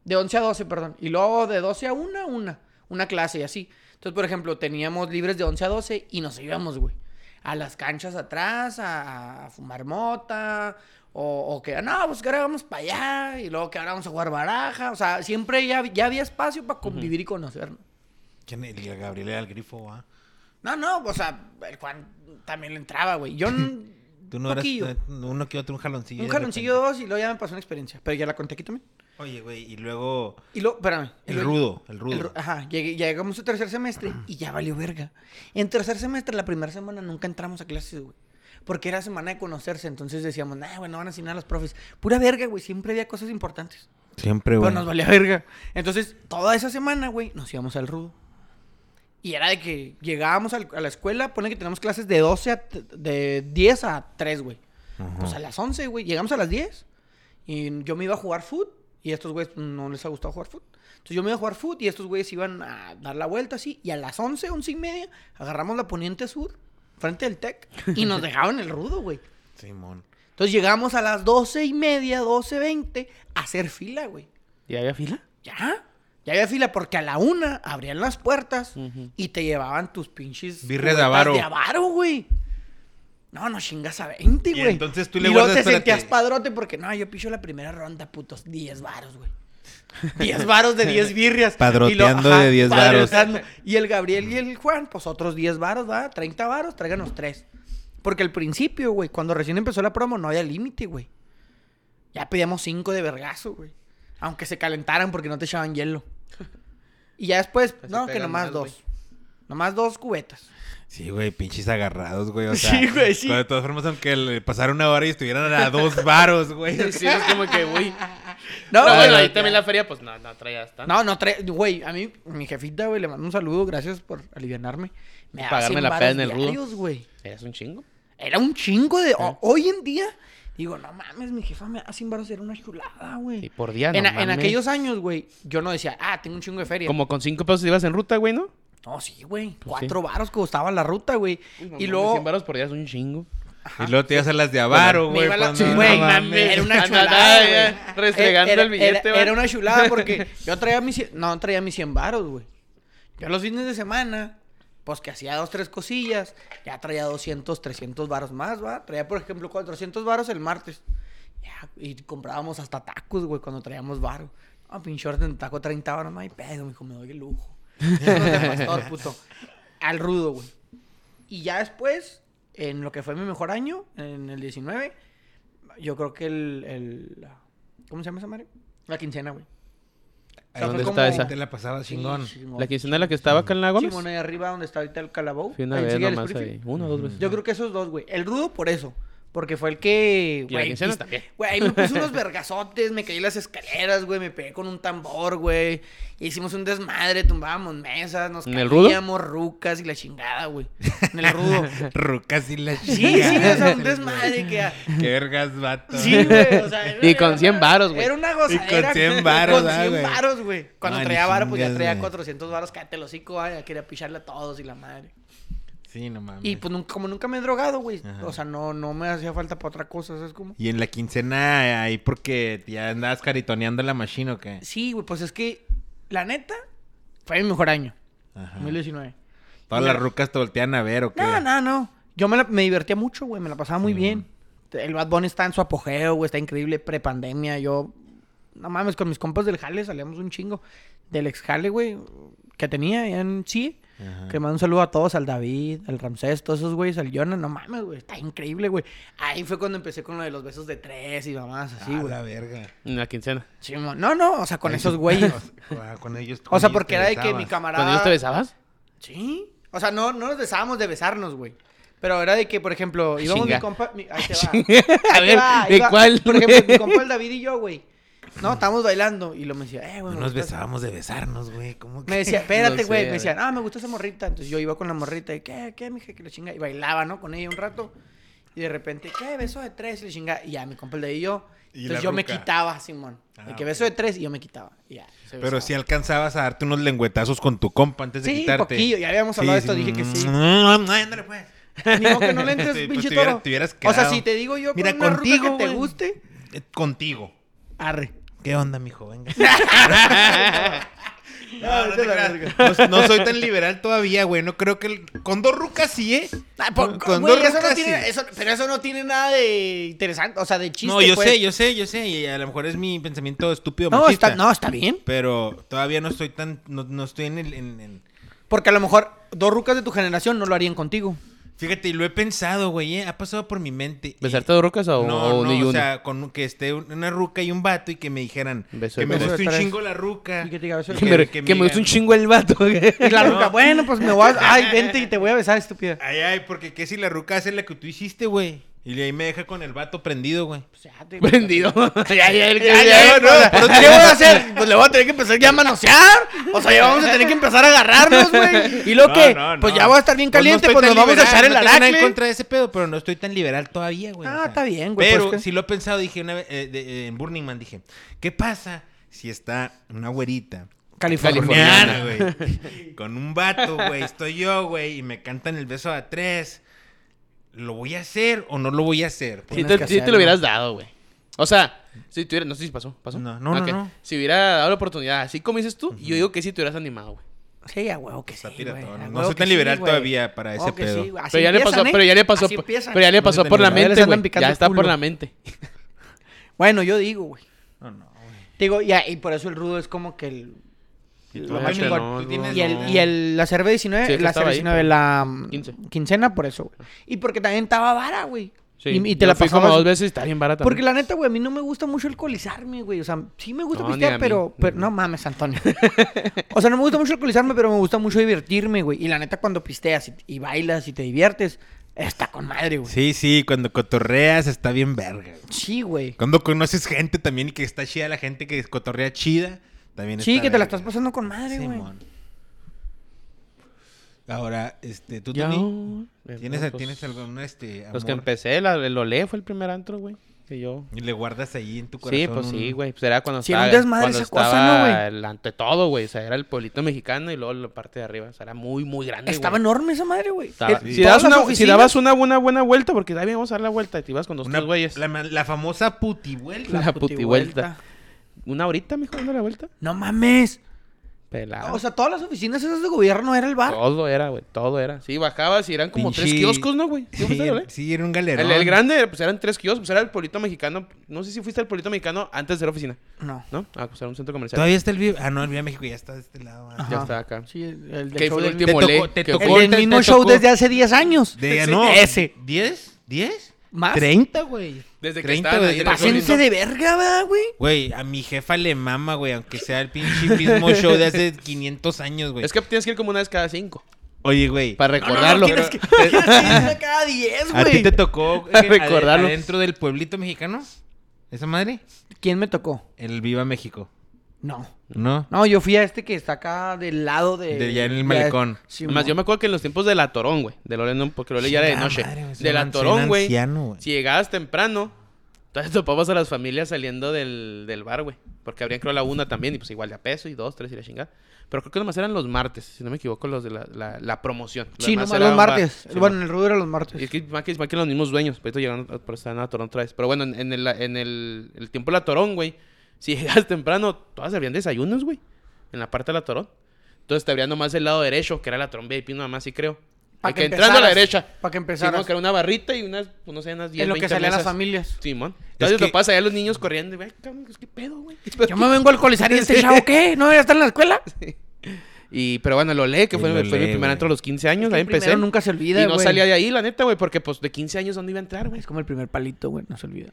De 11 a 12, perdón. Y luego de 12 a 1, una, una clase y así. Entonces, por ejemplo, teníamos libres de 11 a 12 y nos íbamos, güey. A las canchas atrás, a, a fumar mota, o, o que, no, pues que ahora vamos para allá, y luego que ahora vamos a jugar baraja. O sea, siempre ya, ya había espacio para convivir y conocernos. ¿Quién es? El Gabriel era el grifo, ah. No, no, o sea, el Juan también le entraba, güey. Yo n- Tú no eras Poquillo. uno que otro, un jaloncillo. un de jaloncillo repente. dos y luego ya me pasó una experiencia, pero ya la conté aquí también. Oye, güey, y luego Y luego, espérame. y el luego- rudo, el el rudo. ru- ah. ajá, llegué- ya llegamos a tercer semestre y ya valió verga. En tercer semestre, la primera semana, nunca entramos a clases, güey. Porque era semana de conocerse, entonces decíamos, nah, güey, no van a asignar a los profes. Pura verga, güey, siempre había cosas importantes. Siempre, Pero güey. nos valía verga. Entonces, toda esa semana, güey, nos íbamos al rudo. Y era de que llegábamos al- a la escuela, ponen que tenemos clases de 12 a... t- de 10 a 3, güey. Ajá. Pues a las 11, güey. Llegamos a las 10. Y yo me iba a jugar foot. Y a estos güeyes pues, no les ha gustado jugar foot. Entonces yo me iba a jugar foot y estos güeyes iban a dar la vuelta así. Y a las 11, 11 y media, agarramos la poniente sur, frente del TEC. Y nos dejaban el rudo, güey. Simón. Entonces llegamos a las 12 y media, 12, 20, a hacer fila, güey. ¿Y había fila? Ya. Ya había fila porque a la una abrían las puertas Ujú. y te llevaban tus pinches. Birres de cubetas avaro. De avaro, güey. No, no chingas a 20, Y güey. entonces tú le Y luego guardas, te espérate. sentías padrote porque no, yo picho la primera ronda, putos. 10 varos, güey. 10 varos de 10 birrias. Padroteando de 10 varos. padroteando. Y el Gabriel y el Juan, pues otros 10 varos, va. 30 varos, tráiganos 3. Porque al principio, güey, cuando recién empezó la promo, no había límite, güey. Ya pedíamos cinco de vergazo, güey. Aunque se calentaran porque no te echaban hielo. Y ya después, Pues se no, que pegan nomás más, dos. Nomás dos cubetas. Sí, güey, pinches agarrados, güey. O sea, Sí, güey, sí. De todas formas, aunque le pasara una hora y estuvieran a dos varos, güey. Sí, sí, es como que, güey. No, No, Ah, bueno, ahí no, también la feria, pues no, no traía hasta. No, no trae- güey, a mí, mi jefita, güey, le mando un saludo, gracias por alivianarme. Me daba Pagarme 100 la peda en varos el rudo. diarios, güey. Eras un chingo. Era un chingo de... o- hoy en día, digo, no mames, mi jefa me da 100 varos, era una chulada, güey. Y por día, no en, a- en mames. aquellos años, güey, yo no decía, ah, tengo un chingo de feria. Como con cinco pesos ibas en ruta, güey, ¿no? No, sí, güey, Pues cuatro varos que costaba la ruta, güey. y luego... 100 baros por día es un chingo. Y luego te ibas a las de avaro, Me güey. iba a la- cuando- sí, no güey, mames. Era una Andaba chulada, ya güey. restregando Era- el billete, era, güey. era una chulada porque yo traía mis... cien- No, traía mis 100 varos, güey. Yo los fines de semana, pues que hacía dos, tres cosillas, ya traía 200, 300 varos más, ¿va? Traía, por ejemplo, 400 varos el martes. Ya, y comprábamos hasta tacos, güey, cuando traíamos varos. Ah, pinche orden de taco 30 varos, no hay pedo, mijo, me doy el lujo. Eso no es de pastor, puto. Al rudo, güey. Y ya después, en lo que fue mi mejor año, en el 19, yo creo que el... el- ¿Cómo se llama esa madre? La quincena, güey. Ahí ¿Dónde fue está como- esa? Te la pasabas chingón. La quincena en la que estaba acá en la Gómez. Simón ahí arriba donde está ahorita el Calabou. Fui una ahí vez sigue el nomás ahí. Springfield. Una o dos veces. Yo creo que esos dos, güey. El rudo por eso. Porque fue el que. Y la güey, quincena pis- también. Güey, ahí me puse unos vergazotes, me caí las escaleras, güey, me pegué con un tambor, güey. Hicimos un desmadre, tumbábamos mesas, nos ¿En el rudo? caíamos rucas y la chingada, güey. En el rudo. Rucas y la Sí, sí, o sea, un desmadre que. Qué vergas, vato. Sí, güey, o sea, era- Y con 100 varos, güey. Era una gozadera. Y con 100 varos, Con ah, 100 güey. varos, güey. Cuando Ah, ni traía varo, pues ya chingas, traía güey. 400 varos, cállate el hocico, ay, ya quería picharle a todos y la madre. Sí, no mames. Y pues nunca, como nunca me he drogado, güey. Ajá. O sea, no, no me hacía falta para otra cosa, ¿sabes cómo? Y en la quincena ahí porque ya andabas caritoneando la machine o qué? Sí, güey, pues es que, la neta, fue mi mejor año, Ajá. 2019. Todas las rucas te voltean a ver o qué. No, no, no. Yo me, la- me divertía mucho, güey. Me la pasaba muy Sí, bien. El Bad Bunny está en su apogeo, güey. Está increíble. Prepandemia. Yo, no mames, con mis compas del Jale salíamos un chingo. Del ex Jale, güey, que tenía allá en sí. Ajá. Que mando un saludo a todos, al David, al Ramsés, todos esos güeyes, al Jonah. No mames, güey. Está increíble, güey. Ahí fue cuando empecé con lo de los besos de tres y mamás así, Ah, güey. la verga. En la quincena. Sí, mo- no, no, o sea, con esos güeyes. Ah, Con ellos. O con sea, ellos porque te era de que mi besabas. camarada. ¿Cuando ellos te besabas? Sí. O sea, no, no nos besábamos de besarnos, güey. Pero era de que, por ejemplo, Ah, íbamos Chinga. mi compa. mi- ahí te va. A Ahí te ver, va, ahí ¿de va. cuál? Por ejemplo, mi compa el David y yo, güey. No, estábamos bailando. Y lo me decía, eh, No güey. me nos gusta esa- besábamos de besarnos, güey. ¿Cómo que? Me decía, espérate, sé, güey. a me ver. decía, no, me gusta esa morrita. Entonces yo iba con la morrita y, ¿qué, qué, mija? Que la chinga. Y bailaba, ¿no? Con ella un rato. Y de repente, ¿qué? Beso de tres. Y la chinga. Y ya, mi compa el David y yo. Y Entonces la yo me ruca. quitaba, Simón. Ah, de que ok. beso de tres y yo me quitaba. Y ya. se Pero besaba. si alcanzabas a darte unos lengüetazos con tu compa antes de Sí, quitarte. poquillo, ya habíamos hablado de esto, dije que sí. Ándale, pues. Ni modo que no le entres, Sí, pues, pinche te hubiera- toro. te hubieras o sea, quedado. si te digo yo Mira, con una ruca contigo, que te güey. guste, Eh, Contigo. arre. ¿Qué onda, mijo? Venga. Ah, No, no, vete te a la creas. verga. No- no soy tan liberal todavía, güey. No creo que. el- Con dos rucas sí, ¿eh? Ah, po- Con güey, dos eso no rucas tiene, sí. eso- pero eso no tiene nada de interesante, o sea, de chiste. No, yo pues. sé, yo sé, yo sé. Y a lo mejor es mi pensamiento estúpido No, machista. está, no, está bien. Pero todavía no estoy tan. No, no estoy en el. en- en- Porque a lo mejor dos rucas de tu generación no lo harían contigo. Fíjate, y lo he pensado, güey, ¿eh? ha pasado por mi mente. ¿Besarte de rucas o, No, o no, de o uno? sea, con un- que esté un- una ruca y un vato y que me dijeran Beso que de me tres. gusta un Beso de chingo la ruca. Y que te diga, beso de que, tres. me, que me gusta un chingo el vato. Y la No. ruca, bueno, pues me voy a... Ay, vente y te voy a besar, estúpida. Ay, ay, porque qué si la ruca hace la que tú hiciste, güey. Y ahí me deja con el vato prendido, güey. Pues ya te- Prendido. ya, ya, el- Ya, ya, no, o sea, ¿Qué voy a hacer? Pues le voy a tener que empezar ya a manosear. O sea, ya vamos a tener que empezar a agarrarnos, güey. ¿Y lo No, que? no, pues no. ya voy a estar bien Pues no caliente, estoy pues, tan nos vamos a liberal, echar el no tengo nada en aracle. contra de ese pedo, pero no estoy tan liberal todavía, güey. Ah, está bien, güey, Pero pues, que- sí lo he pensado, dije una vez eh, de- eh, en Burning Man, dije, ¿qué pasa si está una güerita? Californiana. Californiana, güey. Con un vato, güey. Estoy yo, güey. Y me cantan el beso a tres. ¿Lo voy a hacer o no lo voy a hacer? Pues, Si Tienes te, que sí te hacerlo. lo hubieras dado, güey. O sea, si tuviera, no sé si pasó, pasó. No, no, no, Ok. no. Si hubiera dado la oportunidad, así como dices tú, yo digo que si te hubieras animado, güey. Sí, a huevo que sí, Está piratón. güey, a No huevo soy que tan sí, liberal güey. todavía para Huevo ese que pedo. sí, güey. Así Pero ya, le pasó, empiezan, ¿eh? pero ya le pasó, Así por- empiezan. pero ya le No pasó se por la terminó. Ya les mente, andan güey. picando Ya el está por culo. la mente. Bueno, yo digo, güey. No, no, güey. Te Digo, ya, y por eso el rudo es como que el... Y Lo tú, más Dani, chingón. tú tienes- Y, el, y el, la cerveza 19, Sí, es que la estaba cerveza ahí, 19, pero- la mm, 15. quincena, por eso, güey. Y porque también estaba vara, güey. Sí, y, y te yo la fui pasabas. como dos veces y está bien barata. Porque ¿no? la neta, güey, a mí no me gusta mucho alcoholizarme, güey. O sea, sí me gusta No, ni a pistear, mí, pero, ni pero. a mí. No mames, Antonio. o sea, no me gusta mucho alcoholizarme, pero me gusta mucho divertirme, güey. Y la neta, cuando pisteas y, y bailas y te diviertes, está con madre, güey. Sí, sí, cuando cotorreas está bien verga. güey. Sí, güey. Cuando conoces gente también y que está chida la gente que cotorrea chida, también Sí, está que te la verga. estás pasando con madre, güey. Simón. Ahora, este, tú, Ya. Tony, ¿tienes, Los- ¿tienes algún, este, Los que amor? empecé, la, el Olé fue el primer antro, güey. Que yo. Y le guardas ahí en tu corazón. Sí, pues sí, un- güey. Pues era cuando Sí, era estaba. un desmadre cuando esa cosa, estaba ¿no, güey? el ante todo, güey. O sea, era el pueblito mexicano y luego la parte de arriba. O sea, era muy, muy grande. güey. Estaba enorme esa madre, güey. Estaba- Eh, Si, todas dabas las una, si oficinas- dabas una buena, buena vuelta, porque también vamos a dar la vuelta y te ibas con dos, Una- tres güeyes. la, ma- la famosa putihuela. La putivuelta. Una horita, mijo, dando la vuelta. No mames. Pelado. O sea, todas las oficinas esas de gobierno era el bar. todo era, güey, todo era. ¿ah? Sí, bajabas y eran como tres Pinche- kioscos, ¿no, güey? ¿Sí Sí, fuiste al Olé? sí, era un galerón. el, el grande, pues eran tres kioscos, pues era el pueblito mexicano. No sé si fuiste al pueblito mexicano antes de la oficina, No. ¿no? Ah, pues era un centro comercial. Todavía está el Viva. Ah, no, el Viva México ya está de este lado. ah. Ya Ajá. está acá. Sí, el, el del Que show fue el del- Te último Olé tocó- te que tocó fue- El del mismo show tocó- desde hace 10 años. De ya no. Ese. ¿Diez? ¿Diez? Más. ¿Treinta, güey? Desde que 30, estaban güey, ahí en el pasen- pueblito. Pásense de verga, ¿verdad, güey. Güey, a mi jefa le mama, güey, aunque sea el pinche mismo show de hace 500 años, güey. Es que tienes que ir como una vez cada cinco. Oye, güey. Para recordarlo. No, no, no, tienes que- tienes que cada 10, ¿A ti güey. te tocó A eh, ade- recordarlo. adentro del pueblito mexicano? ¿Esa madre? ¿Quién me tocó? El Viva México. No. ¿No? No, yo fui a este que está acá del lado de. De allá en el malecón. Sí, Más, mo- yo me acuerdo que en los tiempos de la Torón, güey. De Lore, no, porque Lore ya era de Chingada noche. madre, güey, soy de la un- soy Torón, un güey. anciano, güey. Si llegabas temprano, entonces topabas a las familias saliendo del, del bar, güey. Porque habrían creo la una también, y pues igual de a peso, y dos, tres, y la chingada. Pero creo que nomás eran los martes, si no me equivoco, los de la, la, la promoción. Sí, demás nomás los eran bar- martes. Sí, Bueno, en el rudo era los y martes. es que más que, más que los mismos dueños. Por eso llegaron a- por estar en la Torón otra vez. Pero bueno, en, en el, en el, el tiempo de la Torón, güey. Si llegas temprano, todas servían desayunos, güey. En la parte de la Torón. Entonces te abrían nomás el lado derecho, que era la Torón VIP nomás, sí creo. Pa' Hay que que entrando a la empezaras, derecha. pa' Sí, que empezaras. que era una barrita y unas, pues, no sé, unas 10, En lo que 20 salían las mesas. familias. Simón. Entonces que- te pasa allá los niños corriendo y, "Ay, cabrón, pues, ¿qué pedo, güey? Yo me vengo a alcoholizar y este Sí. chavo, ¿qué? ¿No voy a estar en la escuela? Y, pero bueno, lo lee, que El fue, Olé, fue mi primer güey. antro a los 15 años, Es que ahí el empecé. primero nunca se olvida, Y no güey. salía de ahí, la neta, güey, porque pues de 15 años, ¿dónde iba a entrar, güey? Es como el primer palito, güey. No se olvida.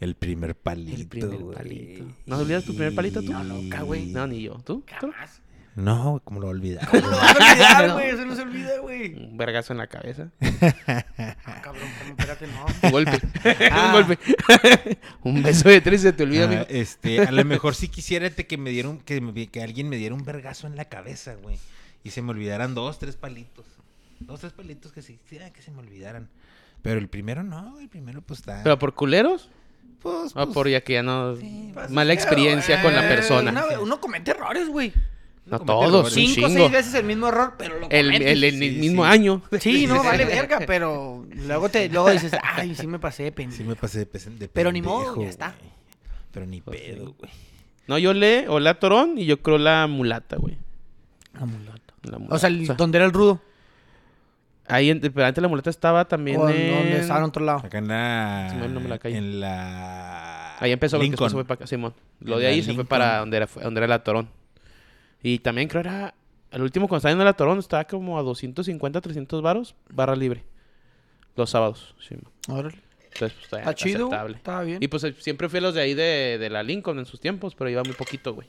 El primer palito. El primer güey. palito. ¿No olvidas tu primer palito tú? No, loca, güey. No, ni yo. ¿Tú? ¿Tú? Jamás. No, güey, ¿cómo lo olvidar? No vas a olvidar, güey. Eso no se olvida, güey. Un vergazo en la cabeza. Ah, cabrón, cabrón, espérate, no. Un golpe. Ah. Un golpe. un beso de tres se te olvida, Ah, amigo. este, a lo mejor sí quisiera te- que me dieron, que, me- que alguien me diera un vergazo en la cabeza, güey. Y se me olvidaran dos, tres palitos. Dos, tres palitos que sí, quisiera que se me olvidaran. Pero el primero no, güey, el primero pues está. ¿Pero por culeros? pues, O pues, por ya que ya no... Sí, pues, mala experiencia con la eh, persona. Una vez- uno comete errores, güey. No comete todos, errores. un Cinco o chingo. seis veces el mismo error, pero lo El, cometes. el, el Sí, mismo sí. año. Sí, no, vale verga, pero luego te luego dices, ay, sí me pasé de Sí pendejo. me pasé de, pesen- de Pero ni modo, pendejo, ya está. güey. Pero ni Pues sí. pedo, güey. No, yo le o la Torón y yo creo la mulata, güey. La mulata. O sea, el- donde era el rudo. ahí, en- pero antes la mulata estaba también O en... donde estaba en otro lado. Acá en la. Se me- no me la caí. En la. Ahí empezó porque después Lincoln. se fue para acá, Simón. Lo En de la ahí se fue Lincoln. para donde era, donde era la Torón. Y también creo era Al último, cuando estaba en el Atorón, estaba como a 250, 300 varos, barra libre. Los sábados, sí. Órale. Entonces, pues, está, Está Ah, chido. aceptable. Está bien. Y pues eh, siempre fui a los de ahí de, de la Lincoln en sus tiempos, pero iba muy poquito, güey.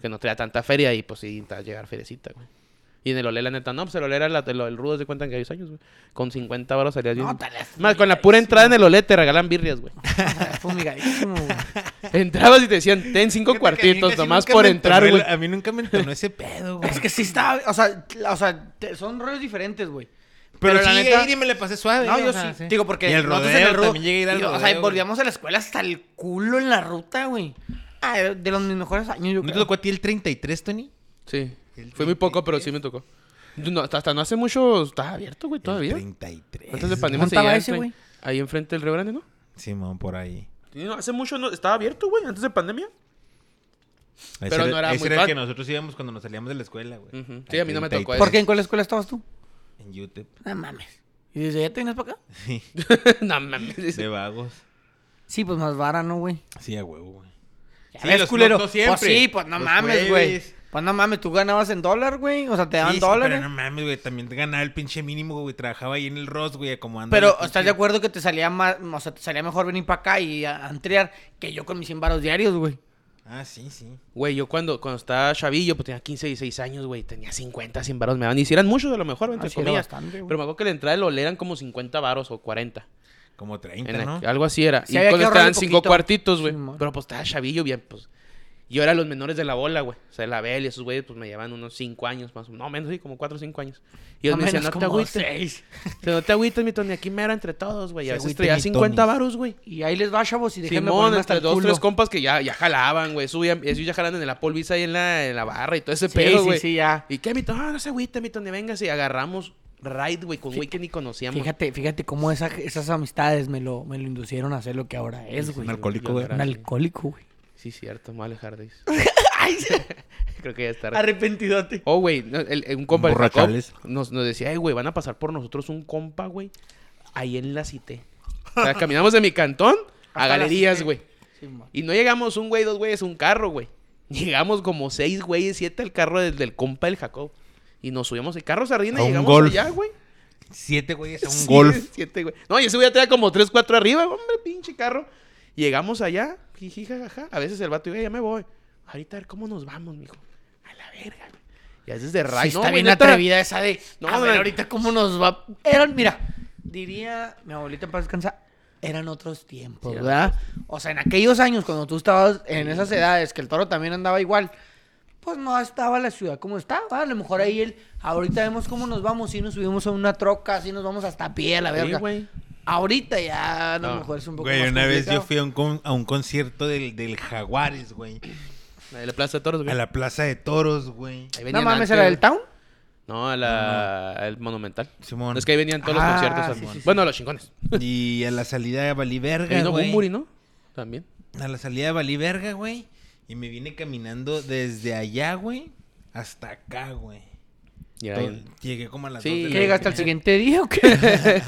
Que no traía tanta feria y pues sí, intentaba llegar feriecita, güey. Y en el Olé, la neta, no, pues el Olé era la- el, el rudo se cuentan que hay años, güey. Con 50 baros salías bien. No, tal vez. Más, con la pura entrada en el Olé te regalan birrias, güey. Fumigadísimo, güey. Entrabas y te decían, ten cinco cuartitos nomás por entrar, güey. A mí nunca me entonó ese pedo, güey. Es que sí está. O sea, o sea te- son rollos diferentes, güey. Pero, sí, la neta- ahí me la pasé suave. No, o yo sea, sí. Digo, porque Y el nosotros rodeo, en el rudo- también llegué a ir al y, O sea, rodeo, volvíamos a la escuela hasta el culo en la ruta, güey. Ah, de los mis mejores años, yo güey. ¿No te creo. tocó a ti el 33, Tony? Sí. Fue muy poco, pero sí me tocó. No, hasta, hasta no hace mucho estaba abierto, güey, todavía. El 33. Antes de pandemia ¿Dónde estaba seguía ese, enfren- güey? Ahí enfrente del Río Grande, ¿no? Simón, por ahí. Sí, no, hace mucho no, estaba abierto, güey, antes de pandemia. Ese Pero era- no era ese muy era el fan. que nosotros íbamos cuando nos salíamos de la escuela, güey. Ujú. Sí, a mí no me tocó ¿Por qué? ¿En cuál escuela estabas tú? En YouTube. No mames. ¿Y desde allá te vienes para acá? Sí, no mames. de vagos. Sí, pues más vara, ¿no, güey? Sí, a huevo, güey. Ya Sí, ves, los culero. notos Pues siempre. sí, pues no Los mames, güey. jueves. Pues no mames, tú ganabas en dólar, güey. O sea, te daban Sí, sí, dólares. Pero no mames, güey. También ganaba el pinche mínimo, güey. Trabajaba ahí en el Ross, güey, acomodando. Pero, los ¿estás de acuerdo que te salía más, o sea, te salía mejor venir para acá y a- a entrear que yo con mis 100 varos diarios, güey? pinches- Ah, sí, sí. Güey, yo cuando, cuando estaba chavillo, pues tenía 15, 16 años, güey. Tenía 50, 100 varos. Me daban. Y si eran muchos, a lo mejor, entre Ah, sí, era comillas. bastante, güey. pero me acuerdo que la entrada del Olé eran como 50 varos o 40. Como En 30, la- ¿no? Algo así era. Sí, y había que cuando ahorrarle estaban cinco poquito. cuartitos, güey. Simón. pero pues estaba chavillo bien, pues. Yo era los menores de la bola, güey. O sea, la Bel y esos güeyes, pues me llevaban unos cinco años más. o- No, menos, sí, como cuatro o cinco años. Y ellos Más me o decían, menos no te como agüites. seis. O sea, no te agüites, mi Tony. Aquí mero entre todos, güey. Y A Se veces agüiten traía mis 50 Tonys. varos, güey. Y ahí les va, chavos, y déjenme Simón, ponerme hasta entre el dos, culo. tres compas que ya, ya jalaban, güey. Subían, ellos ya jalaban en el Apple Visa ahí en la, en la barra y todo ese Sí, pedo, sí, güey. sí, ya. ¿Y qué, mi Tony? Ah, no se agüite, mi Tony. Venga, si agarramos ride, güey, con güey que ni conocíamos. Fíjate, fíjate cómo esa- esas amistades me lo, me lo inducieron a hacer lo que ahora es, güey. un alcohólico, yo güey. no Un era así. alcohólico, güey. Sí, cierto, me voy a alejar de eso. Creo que ya está. Arrepentidote. Oh, güey, no, el- el- un compa el Jacob Borrachales. nos, nos decía, "Ey, güey, van a pasar por nosotros un compa, güey, ahí en la cité. O sea, caminamos de mi cantón a Hasta la galerías, Cité. güey. Y no llegamos un güey, dos güeyes, un carro, güey. Llegamos como seis güeyes, siete al carro del, del compa del Jacob. Y nos subimos el carro sardina A y un llegamos golf. allá, güey. Siete güeyes a un Sí, golf. Siete, güey. No, y ese güey ya tenía como tres, cuatro arriba, hombre, pinche carro. Llegamos allá, jiji, jajaja. A veces el vato, güey, ya me voy. Ahorita a ver cómo nos vamos, mijo. A la verga, güey. Y a veces de rayo. Sí, está bien atrevida esa de. No, a No, ver, no. ahorita cómo nos va. Eran, mira, diría mi abuelita en paz descansa, eran otros tiempos, Sí, eran ¿verdad? O sea, en aquellos años, cuando tú estabas en esas edades, que el toro también andaba igual, pues no estaba la ciudad como estaba. A lo mejor ahí él, ahorita vemos cómo nos vamos, si nos subimos a una troca, si nos vamos hasta a pie, a la verga. güey. ahorita ya, a lo No. mejor es un poco. Güey, más una vez yo complicado. fui a un, con- a un concierto del, del Jaguares, güey. La de la Plaza de Toros, A güey. la Plaza de Toros, güey. Ahí No venían mames, antes, ¿era del güey. town? No, a la... el Monumental. Simón. Es que ahí venían todos Ah, los conciertos. sí, al- sí, sí. Bueno, los chingones. Y a la salida de Ahí Valiverga, vino güey. Bumburi, ¿no? También. A la salida de Valiverga, güey. Y me vine caminando desde allá, güey, hasta acá, güey. Y era Todo- bien- Llegué como a las Sí, dos de ¿Qué la llegaste al mañana. siguiente día o qué?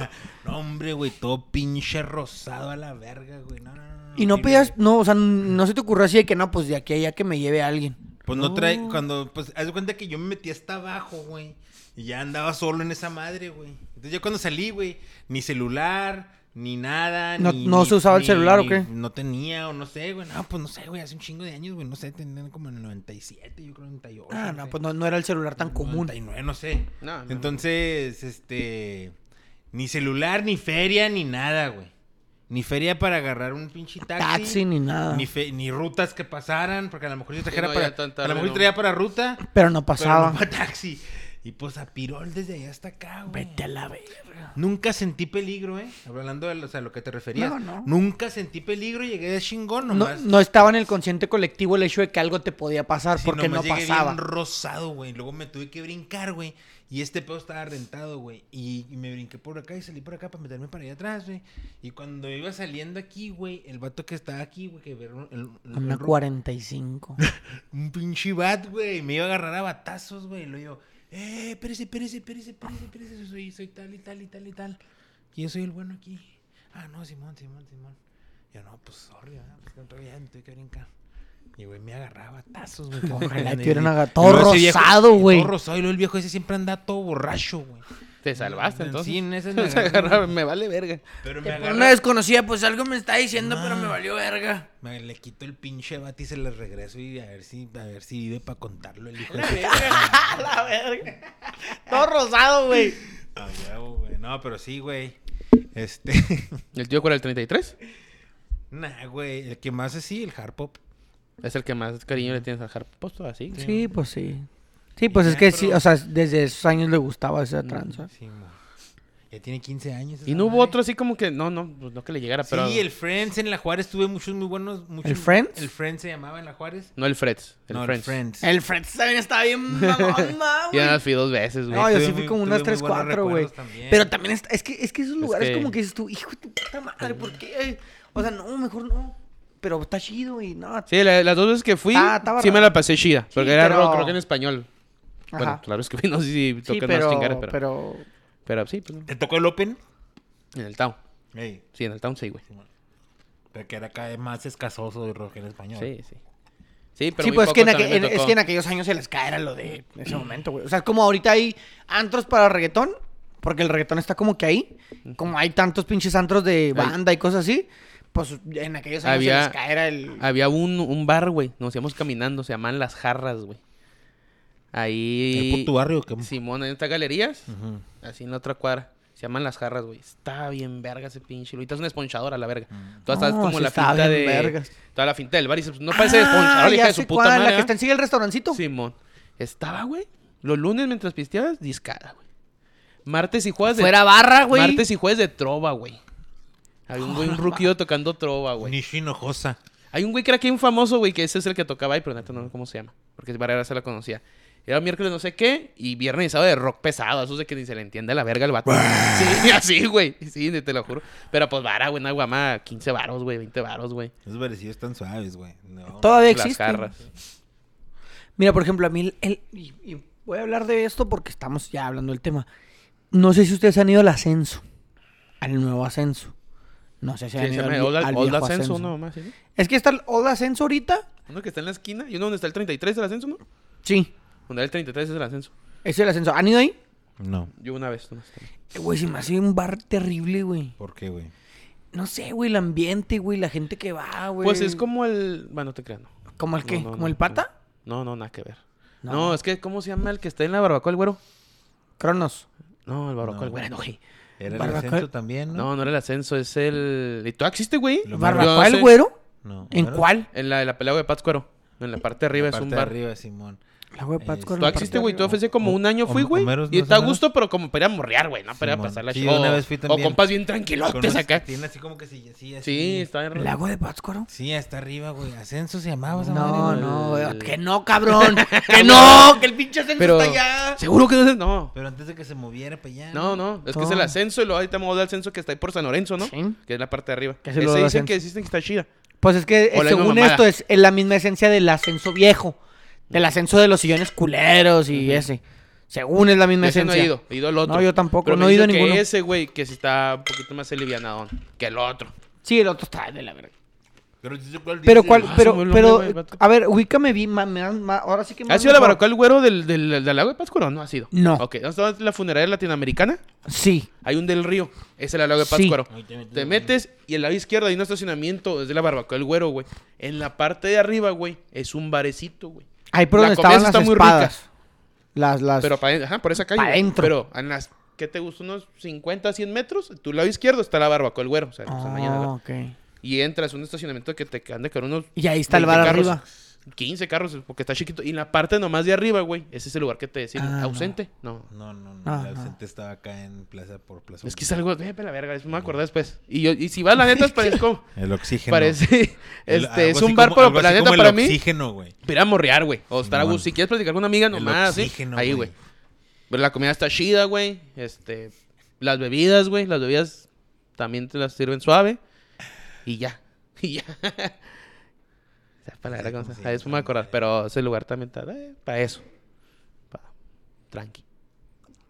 No, hombre, güey, todo pinche rosado a la verga, güey. No, no, no, no, Y no horrible, pidas, güey. no, o sea, no se te ocurrió así de que no, pues de aquí a allá que me lleve alguien. Pues no trae. Cuando, pues, haz de cuenta que yo me metí hasta abajo, güey. Y ya andaba solo en esa madre, güey. Entonces yo cuando salí, güey, ni celular, ni nada. No- ni- ¿no se ni- usaba el ni- celular o ni- qué? No tenía, o no sé, güey. No, pues no sé, güey, hace un chingo de años, güey. No sé, tenían como en el 97, yo creo, 98. Ah, no, sé. pues no, no era el celular tan común. 99, no sé. No, no, Entonces, este. Ni celular, ni feria, ni nada, güey. Ni feria para agarrar un pinche taxi. Taxi ni nada. Ni, fe- ni rutas que pasaran, porque a lo mejor yo trajera no, para. ya tan a tarde, lo mejor yo no. traía para ruta. Pero no Pero pasaba. no para taxi. Y pues a Pirol desde allá hasta acá, güey. Vete a la verga. Nunca sentí peligro, ¿eh? Hablando de lo, o sea, lo que te referías. No, no. Nunca sentí peligro, llegué de chingón No, nomás. no estaba en el consciente colectivo el hecho de que algo te podía pasar Sí, porque no nomás llegué pasaba. Bien rosado, güey. Luego me tuve que brincar, güey. Y este pedo estaba rentado, güey. Y, y me brinqué por acá y salí por acá para meterme para allá atrás, güey. Y cuando iba saliendo aquí, güey, el vato que estaba aquí, güey, que era un, el- el- Una un ru- 45. un pinche bat, güey. Me iba a agarrar a batazos, güey. Y luego yo, eh, espérese, espérese, espérese, espérese, espérese. yo Soy, soy tal y tal y tal y tal. Y yo soy el bueno aquí. Ah, no, Simón, Simón, Simón. Yo, no, pues, sorry, ¿verdad? Pues, no, todavía me tuve que brincar. Y, güey, me agarraba tazos, güey. como Ojalá en te el- hubieran y agarrado. Todo luego ese viejo- rosado, y güey. Todo rosado. Y luego el viejo ese siempre anda todo borracho, güey. Te salvaste, entonces. Sí, en esas me me, agarraba. me vale verga. Pero me Por agarra- Una desconocida, pues algo me está diciendo, Ah. pero me valió verga. me- le quito el pinche bate y se le regreso y a ver si, a ver si vive para contarlo el hijo de La verga. Todo rosado, güey. Ah, huevo, güey. No, pero sí, güey. Este. ¿El tío cuál era el 33? nah, güey. El que más así, el hard pop. Es el que más cariño le tienes al Harpo. Pues todo así. güey. Sí, pues sí. Sí, pues Ya, es que sí, pero- o sea, desde esos años le gustaba esa tranza. Sí, mo. Ya tiene 15 años. Y esa no hubo madre. otro así como que. No, no, pues no que le llegara, pero. Sí, el Friends en La Juárez tuve muchos muy buenos. muchos- ¿El Friends? El Friends se llamaba en La Juárez. No el Freds. El no, Friends. Eh. el Friends. El Fred también estaba bien mamón, ma, Ya nada güey. más fui dos veces, güey. No, yo tuve sí fui muy- como tuve unas muy 3, buenos 4, güey. recuerdos también. Pero también está, es que, es que esos lugares que- como que dices tú, hijo de tu puta madre, ¿por qué? O sea, no, mejor no. Pero está chido y no. Sí, la- las dos veces que fui, Ah, estaba sí me raro. la pasé chida. Porque Sí, era pero- rock, rock en español. Bueno, Ajá. claro, es que no sé si Sí, tocan más pero, chingares, pero, pero, pero... sí, pues, no. ¿Te tocó el Open? En el town. Ey. Sí, en el town sí, güey. Pero que era cada vez más escasoso de rock en español. Sí, sí. Sí, pero sí, muy pues es que, en poco aqu- también en- me es tocó. que en aquellos años se les cae era lo de ese momento, güey. O sea, es como ahorita hay antros para reggaetón, porque el reggaetón está como que ahí. Como hay tantos pinches antros de banda y cosas así, pues en aquellos años Había- se les cae era el... Había un, un bar, güey. Nos íbamos caminando, se llaman Las Jarras, güey. Ahí. ¿El por tu barrio? ¿Qué? Simón, hay otras galerías. Ujú. Así en la otra cuadra. Se llaman Las Jarras, güey. Está bien verga ese pinche. Ahorita es una esponchadora, la verga. Toda estás No, como sí la está finta de. bien vergas. Toda la finta del bar. Y dices, pues, no parece esponchadora, la Ah, ya hija de su sé puta cuál, madre. La que ¿ah? está en sigue el restaurancito. Simón. Estaba, güey. Los lunes mientras pisteabas, discada, güey. Martes y jueves de. Fuera barra, güey. Martes y jueves de trova, güey. Había un güey, un ruquillo tocando trova, güey. Nishi Hinojosa. Hay un güey que era aquí un famoso, güey, que ese es el que tocaba ahí, pero neta no sé cómo se llama. Porque Barrera se la conocía. Era miércoles no sé qué y viernes y sábado de rock pesado. Eso es de que ni se le entiende a la verga al vato. sí, así, güey. Sí, te lo juro. Pero pues vara, güey, una guama, 15 varos, güey, 20 varos, güey. Esos parecidos tan suaves, güey. No. Todavía Las existe. carras. Mira, por ejemplo, a mí el, el- y, y voy a hablar de esto porque estamos ya hablando del tema. No sé si ustedes han ido al ascenso, al nuevo ascenso. No sé Sí, si han se ido llama al, Old, al Old viejo Ascenso, ascenso. ¿no? Más, ¿sí? Es que está el Old Ascenso ahorita. Uno que está en la esquina y uno donde está el 33 del ascenso, ¿no? Sí, Donde era el 33 es el ascenso. es el ascenso. ¿Han ido ahí? No. Yo una vez nomás. Eh, Güey, se me hace un bar terrible, güey. ¿Por qué, güey? No sé, güey, el ambiente, güey, la gente que va, güey. Pues es como el. Bueno, no te creas, no. ¿Como el qué? No, no, ¿Como no, el pata? No, no, nada que ver. No. No. es que, ¿cómo se llama el que está en la barbacoa, el güero? Cronos. No, el barbacoa, No. el güero, no, güey. ¿Era el Barbacoa. acento también, no? No, no era el ascenso, es el. ¿Y tú existe, güey? Lo- Yo ¿Barbacoa no el sé. güero? No. ¿En ¿No era? cuál? En la de la pelea de Pátzcuaro. En la parte de arriba La es un parte de bar. arriba, Simón. La güey, Pátzcuaro, Eh, Tú la existe, parte güey. Tú de arriba. hace como O- un año o- fui, güey. Homeros, Y ¿no está a son gusto, pero como para ir a morrear, güey. No para ir a Simón. pasar la Sí, chido. una vez fui O también. compas bien Con tranquilotes unos acá. que Tiene así como que sí, así, así. Sí, está bien. ¿La güey de Pátzcuaro? Sí, está arriba, güey. Ascenso se llamaba esa No, madre, güey. no, el- güey, que no, cabrón. Que no, que el pinche ascenso Pero- está allá. Seguro que no es. No. Pero antes de que se moviera para allá. No, no, es que es el No. ascenso y luego ahorita me voy al ascenso que está ahí por San Lorenzo, ¿no? Sí. Que es la parte de arriba. Que es el Ese nuevo dicen ascenso. que existen que está chida. Pues es que eh, O la misma según mamada. esto es la misma esencia del ascenso viejo, del ascenso de los sillones culeros y ese. Según es la misma Ese no esencia. he ido, he ido al otro. No, yo tampoco, Pero me no he ido dicen a ninguno. que ese, güey, que sí está un poquito más alivianadón que el otro. Sí, el otro está de la verga. Pero, sí sé cuál Pero dice, cuál, güey. pero, "Ah, se me olvidó, pero, güey, vato. a ver, ubícame bien, ma- me dan ma- ahora sí que me ¿Ha dan sido la mejor. barbacoa el güero del, del, del lago de Pátzcuaro? No ha sido. No. Ok, ¿no estaba en la funeraria latinoamericana? Sí. Hay un del río, es el lago de Sí. Pátzcuaro. Ahí te metes, Te güey. metes y en la izquierda hay un estacionamiento, es de la barbacoa el güero, güey. En la parte de arriba, güey, es un barecito, güey. Ahí por La donde comida estaban sí las está muy rica. espadas. Las, las... Pero para, ajá, por esa calle. Pa' güey. dentro. Pero en las, ¿qué te gusta? Unos 50, 100 metros. Tu lado izquierdo está la barbacoa, el güero. O sea, o sea, mañana, Ah, pues, ¿no? ok. Y entras a un estacionamiento que te han de caer unos... Y ahí está el 20 bar carros, arriba. 15 carros, porque está chiquito. Y la parte nomás de arriba, güey, ese es el lugar que te decimos. Ah, no. ausente. No. No, no, no. Ah, el no. ausente estaba acá en plaza por plaza. Es que es algo... Eh, pero la verga, eso me acordé después. Y, yo, y si vas, la neta, es parece como... El oxígeno. Parece... El- algo Este, es así un bar, como- pero algo la así neta, como para el mí... oxígeno, güey. Ir a morrear, güey. O estar a Simón. gusto. Si quieres platicar con una amiga El nomás, ¿sí? oxígeno, Ahí, güey. güey. Pero Pues la comida está chida, güey. Este, las bebidas, güey. Las bebidas también te las sirven suave. Y ya. Y ya. Esa palabra, Sí, como como sea, si- ahí después me voy a acordar. Pero ese lugar también está eh, para eso. Pa- tranqui.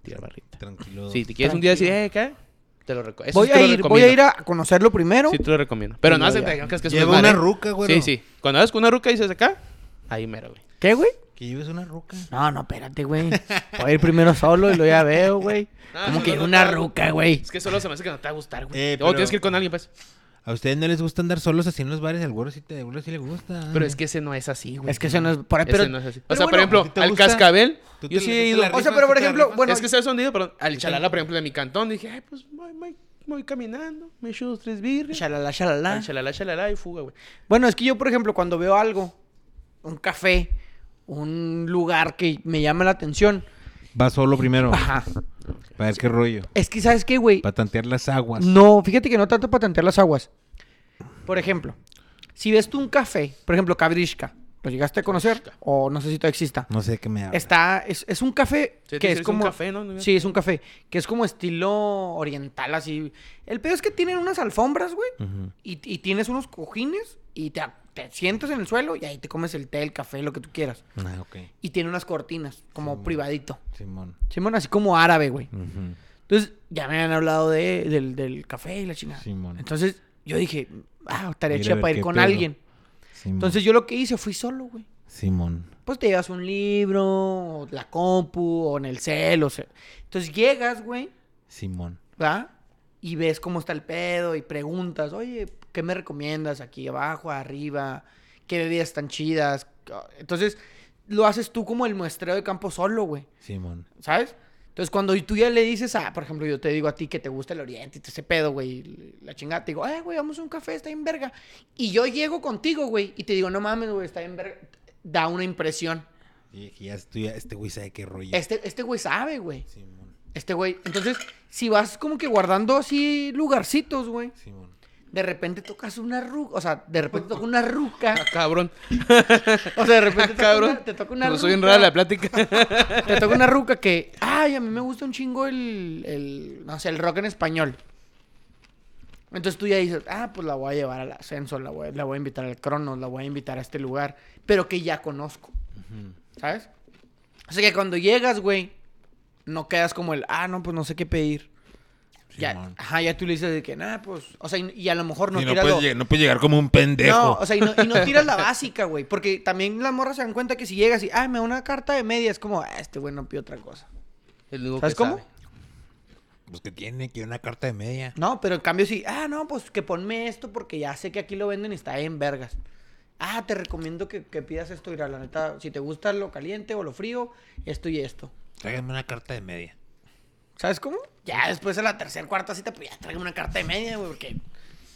Tira barrita. Tranquilo. Si te quieres un día decir, eh, ¿qué? Te lo reco- eso Voy sí a te lo ir, voy recomiendo. a ir a conocerlo primero. Sí, te lo recomiendo. Pero no No, hace ya. que creas que es Lleva desmadre. una ruca, güey. Sí, sí. Cuando vas con una ruca y dices acá, ahí mero, güey. ¿Qué, güey? Que lleves una ruca. No, no, espérate, güey. Voy a ir primero solo y luego ya veo, güey. Ah, Como sí, que no, una no, no. ruca, güey. Es que solo se me hace que no te va a gustar, güey. Eh, O pero- tienes que ir con alguien, pues. ¿A ustedes no les gusta andar solos así en los bares? Al güero sí, te, al güero sí le gusta. Pero es que ese no es así, güey. Es que eso no es. Por ahí, Ese pero. no es así. O pero sea, bueno, por ¿te ejemplo, al gusta? cascabel, ¿Tú te yo le- sí tú te he la ido. rifas, O sea, tú pero por te la ejemplo, rifas? bueno. es que sabes dónde he ido, perdón. Al chalala, por ejemplo, de mi cantón, dije, ay, pues voy, voy- voy caminando, me echo dos, tres birrias. Shalala, shalala. Al chalala, chalala y fuga, güey. Bueno, es que yo, por ejemplo, cuando veo algo, un café, un lugar que me llama la atención. Va solo primero. Ajá. Para ver qué rollo. Es que, ¿sabes qué, güey? Para tantear las aguas. No, fíjate que no tanto para tantear las aguas. Por ejemplo, si ves tú un café, por ejemplo, Cabrishka, ¿lo llegaste a conocer? O no sé si todavía exista. No sé de qué me habla. Está, es, es un café Sí, que tiene es que ser un como... café, ¿no? Sí, es un café, que es como estilo oriental, así. El pedo es que tienen unas alfombras, güey, Ujú. y, y tienes unos cojines y te, te sientas en el suelo y ahí te comes el té, el café, lo que tú quieras. Ah, ok. Y tiene unas cortinas, como privadito. Simón. Simón, así como árabe, güey. Ujú. Entonces, ya me han hablado de, del, del café y la chingada. Simón. Entonces, yo dije, ah, estaría Mira a chida ver para ir qué con pedo. Mm. alguien. Simón. Entonces, yo lo que hice fui solo, güey. Simón. Pues te llevas un libro, o la compu, o en el cel, o sea. Entonces, llegas, güey, Simón. ¿verdad? Y ves cómo está el pedo y preguntas, oye, ¿qué me recomiendas aquí abajo, arriba? ¿Qué bebidas están chidas? Entonces, lo haces tú como el muestreo de campo solo, güey. Simón. ¿Sabes? Entonces, cuando tú ya le dices a, por ejemplo, yo te digo a ti que te gusta el oriente y te ese pedo, güey, la chingada, te digo, eh, güey, vamos a un café, está en verga. Y yo llego contigo, güey, y te digo, no mames, güey, está en verga. Da una impresión. Y que ya estoy, este güey sabe qué rollo. Este, este güey sabe, güey. Simón. Este güey. Entonces, si vas como que guardando así lugarcitos, güey, Simón. de repente tocas una ruca, o sea, de repente toca una ruca. Ah, cabrón. O sea, de repente toca Cabrón. una- te toca una Pero soy bien ruca. rara la plática. Te toca una ruca que, ay, a mí me gusta un chingo el, el, no sé, el rock en español. Entonces tú ya dices, ah, pues la voy a llevar al ascenso, la voy, la voy a invitar al Cronos, la voy a invitar a este lugar, pero que ya conozco, ¿sabes? Así que cuando llegas, güey, no quedas como el, ah, no, pues no sé qué pedir. Ya, Simón. ajá, ya tú le dices de que, nah, pues, o sea, y, y a lo mejor no Sí, no, tiras puedes lo- llegar, no puedes llegar como un no, pendejo. o sea, y no, y no tiras la básica, güey. Porque también las morras se dan cuenta que si llegas y, ay, me da una carta de media, es como, ah, este güey no pide otra cosa. El único ¿Sabes que cómo? sabe. Pues que tiene que una carta de media. No, pero en cambio sí, ah, no, pues que ponme esto porque ya sé que aquí lo venden y está en vergas. Ah, te recomiendo que, que pidas esto, mira, la neta, si te gusta lo caliente o lo frío, esto y esto. Tráigame una carta de media. ¿Sabes cómo? Ya después de la tercera, cuarta cita, pues ya tráigame una carta de media, güey, porque no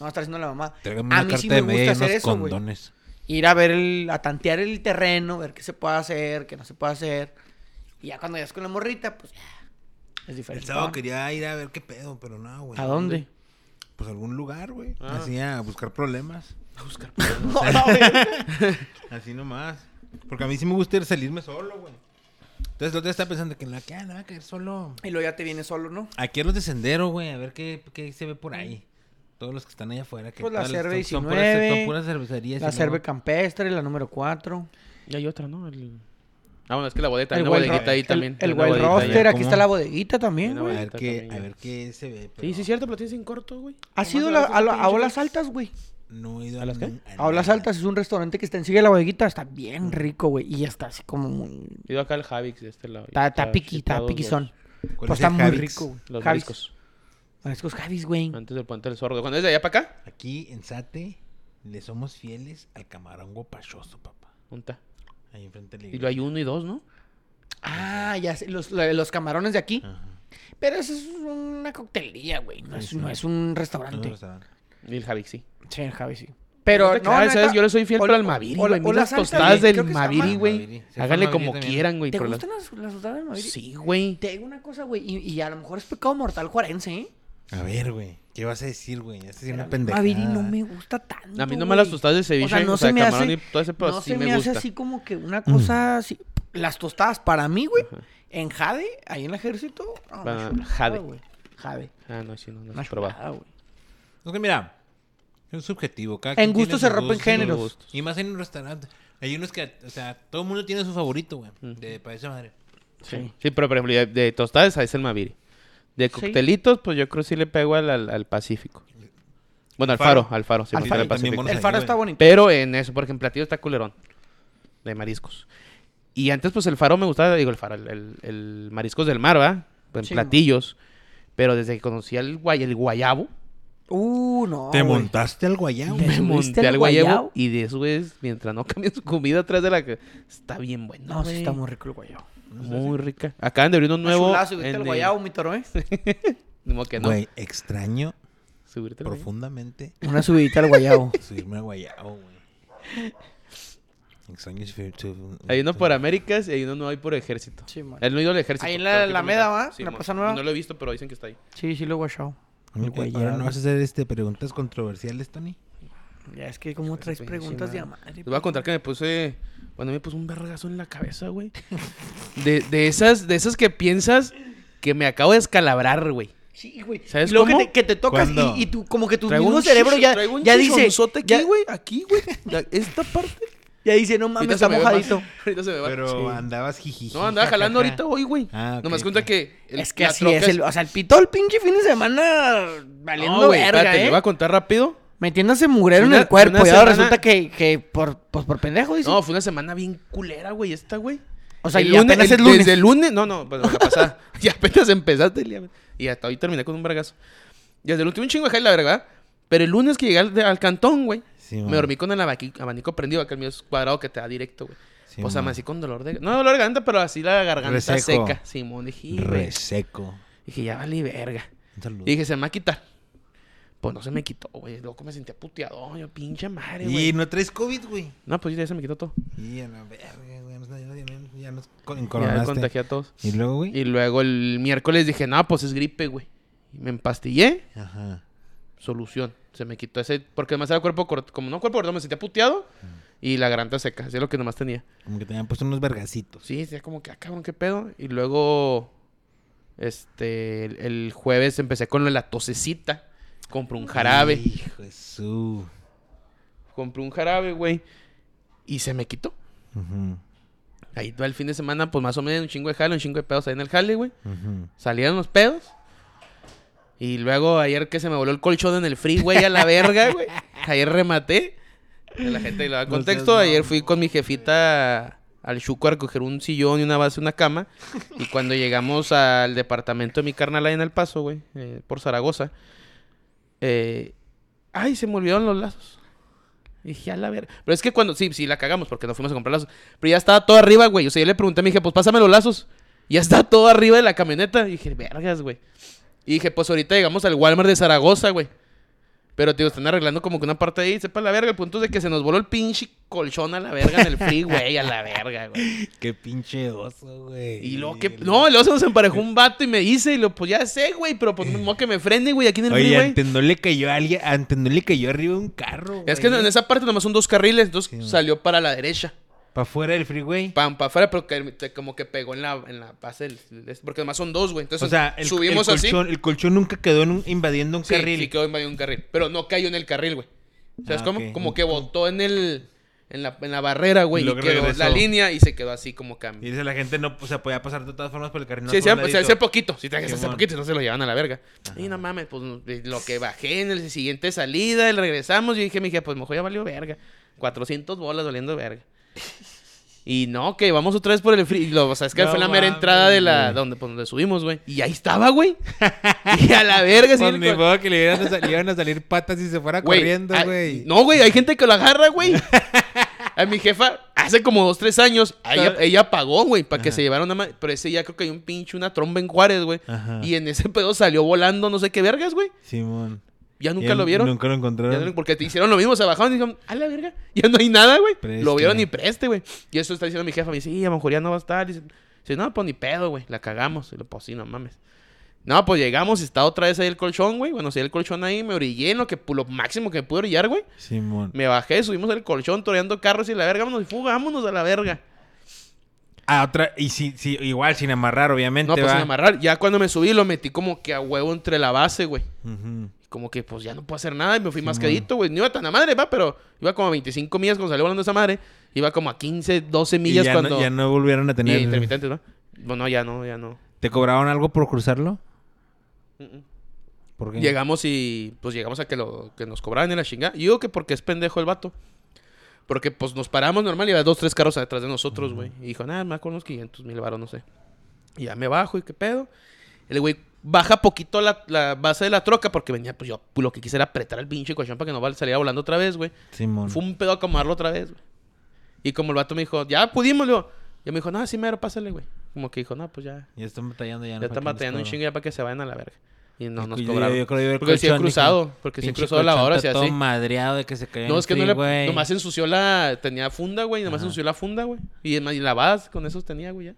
va a estar haciendo la mamá. Tráigame a una mí carta sí me de gusta media y unos hacer eso, güey. condones. Ir a ver, el, a tantear el terreno, ver qué se puede hacer, qué no se puede hacer. Y ya cuando llegas con la morrita, pues ya, es El diferente. sábado quería ir a ver qué pedo, pero no, güey. ¿A dónde? Pues a algún lugar, güey. Ah. Así a buscar problemas. A buscar. No, güey. Así nomás. Porque a mí sí me gusta ir salirme solo, güey. Entonces, el otro está pensando que en la que ah, no va a caer solo. y luego ya te vienes solo, ¿no? Aquí a los de sendero, güey, a ver qué, qué se ve por ahí. Todos los que están allá afuera. Que Pues la todas las- Cerve son- son puras- 19, Son puras cervecerías. La y cerve luego- campestre, la número 4. Y hay otra, ¿no? El- Ah, bueno, es que la bodega, hay El una Wild, bodeguita Ro- ahí el- también. el Una Wild bodeguita ahí. Roster, aquí ¿Cómo? está la bodeguita también, Una güey. A ver, Ahorita qué, también, a güey. ver qué se ve. pero Sí, sí, cierto, pero tienes en corto, güey. ¿Has ido la- a, la- a olas altas, güey? No he ido ¿A las qué? nun- A olas nada. altas es un restaurante que está enseguida de la bodeguita. Está bien rico, güey. Y está así como muy... He ido acá al Javix de este lado. Está, Está está piqui, está chetados piquizón. ¿Cuál Pero Pues es Pues está el muy Javix? rico, güey. Los, los Javis. mariscos. Ah. Mariscos Javis, güey. Antes del puente del sorgo. Cuando es de allá para acá, Aquí en Sate le somos fieles al camarón guapachoso, papá. punta. Ahí enfrente de la Y lo hay uno y dos, ¿no? Ah, ya sé. Los, la- los camarones de aquí. Ah. Ajá. Pero eso es una coctelería, güey. No es, Sí, sí. no es un No, no Ah, restaurante. lo saben. Y el Javix, sí. Sí, el Javis, sí. Pero, te creas, Ah, neta, ¿sabes? Yo le soy fiel, o- pero al o- Maviri, o güey. la- A mí o Las las altas, tostadas güey, del creo que se llama. Maviri, Maviri. güey. Sí, fue Háganle Maviri como también. quieran, güey. ¿Te pero las- gustan las, las tostadas del Maviri? Sí, güey. Te digo una cosa, güey, y, y a lo mejor es pecado mortal juarense, ¿eh? A ver, güey. ¿Qué vas a decir, güey? Ya estás haciendo una pendejada. Maviri no me gusta tanto. A mí no me güey. las tostadas de O sea, ceviche, no o sea, se me camarón hace, y todo ese pedo no sí se me me, hace gusta. así como que una cosa así. Las tostadas para mí, güey, en Jade, ahí en el ejército. no, una Para- chulada, Ah, Jade. güey. Jade. Ah, no, sí, no, no Una he probado. chulada, güey. Es que mira, es subjetivo. Cada En quien tiene gustos sus se rompen gustos, géneros. sus gustos. Y más en un restaurante. Hay unos que, o sea, todo el mundo tiene su favorito, güey. De para esa madre. Sí. Sí, pero por ejemplo, de, de tostadas ahí es el Maviri. De coctelitos, pues yo creo que sí le pego al, al, al Pacífico. Bueno, al Faro, Faro. al Faro, sí, Al al Faro Faro también Pacífico. Buenos El faro Aires, está güey. bonito. Pero en eso, por ejemplo, platillo está culerón. De mariscos. Y antes, pues el faro me gustaba, digo, el faro, el, el- el mariscos del mar, ¿va? En Sí, mo. platillos. Pero desde que conocí al guay, el guayabo, Uh, no. Ah, Te güey. montaste al guayabo. ¿Te me subiste monté al al guayabo. guayabo? Y de eso es, mientras no cambia su comida atrás de la que. Está bien bueno. No, sí güey. está muy rico el guayabo. Muy rica. Acaban de abrir uno nuevo. Chulada, subirte en al el- guayabo, mi toro, ¿eh? Ni modo que no. Güey, extraño Subirte al guayabo. profundamente Una subidita al guayabo. subirme al guayabo, güey. Extraño subir- sub- Hay uno por Américas y hay uno no hay por Ejército. Sí, man. Él no ha ido al Ejército. Ahí en la tengo que Alameda, preguntar. ¿va? Sí, En la mo. Plaza Nueva. No lo he visto, pero dicen que está ahí. Sí, sí, lo guayabo. Eh, Ahora no vas a hacer este preguntas controversiales, Tony. Ya es que como traes pinche preguntas de a madre. madre. Les voy a contar que me puse. Cuando me puse un vergazo en la cabeza, güey. De, de esas, de esas que piensas que me acabo de escalabrar, güey. Sí, güey. ¿Sabes Y luego cómo? Que te, que te tocas y, ¿Cuándo? y tú, como que tu Traigo mismo un cerebro shish- ya, traigo un ya dice. chichonzote ya, aquí, güey. Aquí, güey. La- Esta parte. ya dice, no mames, está me va más- mojadito. Ahorita se me va. Pero Sí. andabas jijiji. No, andaba jalando jajaja. ahorita hoy, güey. Ah, ok, Nomás cuenta ok. que. el- es que la así troca es. El, o sea, el pitó el pinche fin de semana valiendo No, güey, verga, espérate, ¿eh? le voy a contar rápido. Metiéndose mugrero en Una- el cuerpo. Y una ahora semana- resulta que, que por, pues por pendejo, dice. No, fue una semana bien culera, güey, esta, güey. O sea, El y apenas es el- lunes. Desde el lunes, no, no, pues la pasada. y apenas empezaste, el día, y hasta hoy terminé con un vergazo. Y desde el último un chingo de jale, la verdad. Pero el lunes que llegué al, al cantón, güey, Sí, me man. dormí con el abaqui- abanico prendido, aquel mío es cuadrado que te da directo, güey. Sí, o sea, man. me así con dolor de... No dolor de garganta, pero así la garganta Reseco. seca. Simón, dije, "Y, güey". Reseco. dije, ya vale verga. Un saludo. Y dije, se me va a quitar. Pues no se me quitó, güey. Loco, me sentía puteado. Yo, pinche madre, Y güey. no traes COVID, güey. No, pues ya se me quitó todo. Y a la verga, güey. no sé, Ya, ya- ya nos co- Ya encoronaste. contagié a todos. Y luego, güey. Y luego el miércoles dije, no, pues es gripe, güey. Y me empastillé, Ajá. solución. Se me quitó ese, porque además era cuerpo corto, como no cuerpo corto, me sentía puteado y la garganta seca, así es lo que nomás tenía. Como que te habían puesto unos vergacitos. Sí, decía como que, ah, cabrón, qué pedo. Y luego, este, el, el jueves empecé con lo de la tosecita. Compré un jarabe, Hijo de su. compré un jarabe, güey. Y se me quitó. Ujú, Ahí todo el fin de semana, pues más o menos un chingo de jale, un chingo de pedos ahí en el jale, güey. ujú. Salieron los pedos. Y luego ayer que se me voló el colchón en el freeway a la verga, güey. Ayer rematé. La gente le da No contexto. seas ayer fui con mi jefita al Chuco a recoger un sillón y una base, una cama. Y cuando llegamos al departamento de mi carnal ahí en El Paso, güey, eh, por Zaragoza. eh, ay, se me olvidaron los lazos. Y dije, a la verga. Pero es que cuando, sí, sí, la cagamos porque no fuimos a comprar lazos. Pero ya estaba todo arriba, güey. O sea, yo le pregunté, me dije, pues pásame los lazos. Ya está todo arriba de la camioneta. Y dije, vergas, güey. Y dije, pues ahorita llegamos al Walmart de Zaragoza, güey. Pero, tío, están arreglando como que una parte ahí, sepa la verga. El punto es de que se nos voló el pinche colchón a la verga en el freeway, a la verga, güey. Qué pinche oso, güey. Y luego que. No, luego se nos emparejó un vato y me dice, y lo, pues ya sé, güey, pero pues no que me frene, güey, aquí en el Oye, freeway. antes no le cayó a alguien. Antes no le cayó arriba un carro. Es que en esa parte nomás son dos carriles, entonces Sí, güey. salió para la derecha. Para fuera del freeway. Pam, para afuera, pero que te- como que pegó en la, en la base del- del- Porque además son dos, güey. Entonces o sea, el, subimos el así. colchón, el colchón nunca quedó en un- invadiendo un Sí, carril. sí quedó invadido un carril. Pero no cayó en el carril, güey. ¿Sabes Ah, cómo? ok. Como que botó en el... En la, en la barrera, güey. Y Y, luego quedó regresó. la línea y se quedó así como Y cambio. dice la gente no, o sea, podía pasar de todas formas por el carril. no Sí, por sea, un o sea, ladito. sea poquito. Si te haces Simón. poquito, si no se lo llevan a la verga. Y no mames, pues lo que bajé en el siguiente salida, el regresamos. Yo dije, me dije, pues mejor ya valió verga. 400 bolas valiendo verga. Y no, que vamos otra vez por el free. Lo, o sea, es que No fue la mera mames, entrada de la. güey. Donde, pues, donde subimos, güey. Y ahí estaba, güey. y a la verga, sí. Pues el ni co- modo que le iban a, sal- le iban a salir patas y se fuera Güey, corriendo, ah, güey. No, güey, hay gente que lo agarra, güey. A mi jefa, hace como dos, tres años, a ella, ella pagó, güey, para que se llevara una... ma- Pero ese ya creo que hay un pinche, una tromba en Juárez, güey. Ajá. Y en ese pedo salió volando no sé qué vergas, güey. Simón. Ya Y nunca él- lo vieron. Nunca lo Ya encontraron. no- porque te hicieron lo mismo, se bajaron y dijeron, a la verga, ya no hay nada, güey. Preste. Lo vieron y preste, güey. Y eso está diciendo mi jefa, me dice, sí, a lo mejor ya no va a estar. Dice, dice, no, pues ni pedo, güey, la cagamos. Y lo, pues sí, no mames. No, pues llegamos y está otra vez ahí el colchón, güey. Bueno, si el colchón ahí, me orillé en lo, que, pu- lo máximo que pude orillar, güey. Simón. Me bajé, subimos el colchón, toreando carros y la verga, vámonos y fuga, vámonos a la verga. Ah, otra. Y sí, sí, igual, sin amarrar, obviamente. No, pues va. sin amarrar. Ya cuando me subí, lo metí como que a huevo entre la base, güey. Ujú. Como que pues ya no puedo hacer nada y me fui mascadito, güey. No iba tan a madre, va, pero iba como a 25 millas cuando salió volando esa madre. Iba como a 15, 12 Y millas ya, cuando. no, ya no volvieron a Y tener. intermitentes, ¿no? Bueno, ya no, ya no. ¿Te cobraron algo por cruzarlo? Mm, mm. ¿Por qué? Llegamos y pues llegamos a que, lo, que nos cobraran en la chingada. Y digo que porque es pendejo el vato. Porque pues nos paramos normal y iba dos, tres carros atrás de nosotros, güey. Y dijo, nada, más con unos 500 mil baros, no sé. Y ya me bajo y qué pedo. El güey baja poquito la, la base de la troca porque venía, pues yo lo que quise era apretar el pinche colchón para que no val- saliera volando otra vez, güey. Simón. Fue un pedo acomodarlo otra vez, güey. Y como el vato me dijo, ya pudimos, le digo. Y me dijo, no, sí, mero, pásale, güey. Como que dijo, no, pues ya. Ya están batallando ya. Ya están batallando un chingo ya para que se vayan a la verga. Y no nos cobraron. Yo, yo creo que yo el porque sí he colchón, cruzado, dije, porque sí he "Pinche cruzado la colchón hora, está y todo así. madreado de que se cayó en No, el es que no le... freeway. Nomás ensució la... Tenía funda, güey. Nomás Ajá. ensució la funda, güey. Y, y la vas con esos tenía, güey, ya.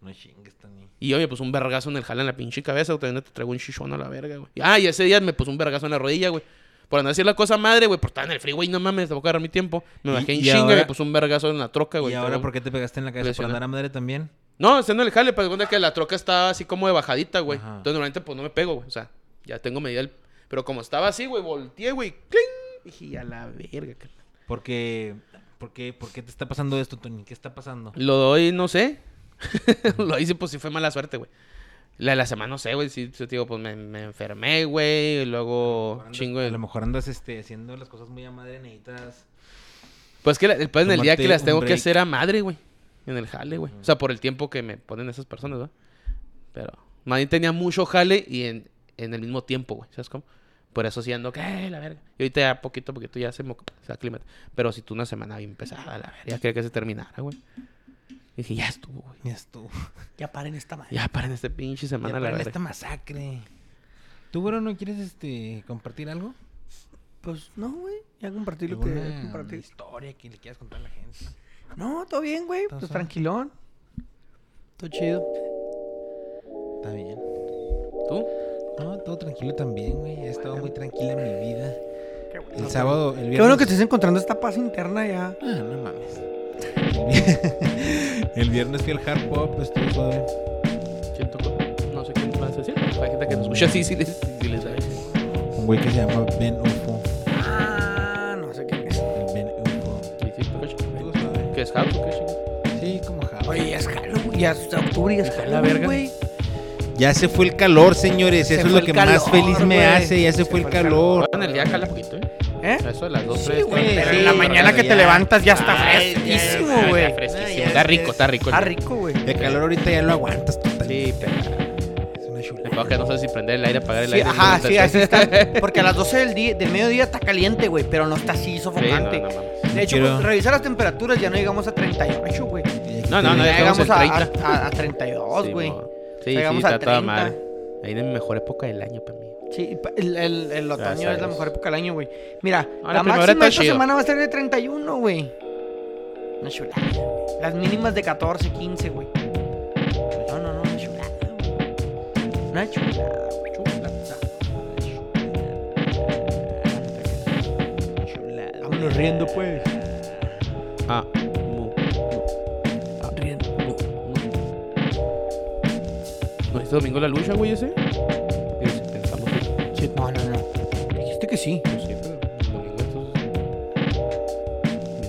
No chingues, Tony. Y oye, pues un vergazo en el jala en la pinche cabeza. También te traigo un chichón a la verga, güey. Ah, y ese día me puso un vergazo en la rodilla, güey. Por andar a decir la cosa madre, güey. Por estar en el freeway, no mames, tampoco agarrar mi tiempo. Me Y- bajé en y chinga y ahora- me puso un vergazo en la troca, güey. ¿Y ahora por qué te pegaste en la cabeza? ¿Por Lesionado. andar a madre también? No, estando en el jale, pero cuenta que la troca estaba así como de bajadita, güey. Ajá. Entonces normalmente pues no me pego, güey. O sea, ya tengo medida del... Pero como estaba así, güey, volteé, güey. ¡Cling! Dije, a la verga, carnal. Porque... ¿Por qué, ¿Por qué te está pasando esto, Tony? ¿Qué está pasando? Lo doy, no sé. lo hice, pues sí fue mala suerte, güey. La de la semana, no sé, güey. Sí, sí, te digo, pues me, me enfermé, güey. Y luego, Andas- chingo. A de- lo mejor andas este, haciendo las cosas muy a madre, necesitas... Pues que la- el pedo en el día que Tomarte las un tengo que break. hacer a madre, güey. En el jale, güey. O sea, por el tiempo que me ponen esas personas, ¿verdad? Pero, más bien tenía mucho jale y en, en el mismo tiempo, güey. ¿Sabes cómo? Por eso sí ando que, "Ay, la verga. Y ahorita ya poquito a poquito ya se me se aclimata. Pero si tú una semana bien pesada, la verga. Ya quería que se terminara, güey. Dije, ya estuvo, güey. Mira tú. Ya paren esta madre. Ya paren este pinche Ya semana, la paren verga. esta masacre. ¿Tú, bueno, no quieres este, compartir algo? Pues no, güey. Ya compartí lo que ¿Alguna compartí. historia que le quieras contar a la gente. No, todo bien, güey. Todo Pues suave. tranquilón. Todo chido. Está bien. ¿Tú? No, todo tranquilo también, güey. He estado muy tranquila en mi vida. Qué bueno. El sábado, el viernes... Qué bueno que estés encontrando esta paz interna ya. Ah, no mames. El vier- El viernes fui al hard pop, estuvo suave. Siento que- No sé qué más decir. Hay gente que nos escucha así, sí les, sí les sabe. Un güey que se llama Ben Ufo. Ah, no sé qué es. El Ben Ufo. Y sí, pues, Estuvo suave. ¿Qué es House? ¿Qué chingo? Sí, como java. Oye, ya es Halloween. Ya es octubre, ya es Está la Halloween, verga. güey. Ya se fue el calor, señores. Se Eso fue es lo el que más calor, feliz me güey. hace. Ya se, fue, el calor. Ahora en el día jala poquito, ¿eh? ¿Eh? Eso de las 2, 3. Sí, güey. güey, Pero sí, en la pero mañana que ya- te levantas ya está Ay, ya, ya, fresquísimo, ya, güey. fresquísimo. Ah, ya, Está ya, rico, ya. está rico. Está rico, güey. El calor ahorita ya lo aguantas totalmente. Sí, pero Es una el chulada. peor que no sé si prender el aire, apagar el Sí, aire. ajá, sí, así Sí, está. Porque a las 12 del, día, del mediodía está caliente, güey, pero no está así no, sofocante. no, mames. De hecho, Quiero- pues, revisar las temperaturas ya no llegamos a 38, güey. Y aquí No, no, te- no, Ya llegamos llegamos al a, 30. a- a 32, güey. mo. Sí, sí, Llegamos está a toda 30. madre. Ahí es mi mejor época del año para mí. Sí, pa- el, el- el otoño Gracias a es la Dios. mejor época del año, güey. Mira, Ah, la la primavera máxima está esta chido. semana va a ser de 31, güey. Una chulada. güey. Las mínimas de 14, 15, güey. No, no, no, una chulada, güey. Una chulada, güey. Chulada. Vámonos riendo, pues. Ah, mu, Riendo. mu, mu. ¿No este domingo la lucha, güey, ese? Y si Pensamos que Sí, no, no, no. Dijiste que sí. Pues sí, pero el domingo entonces,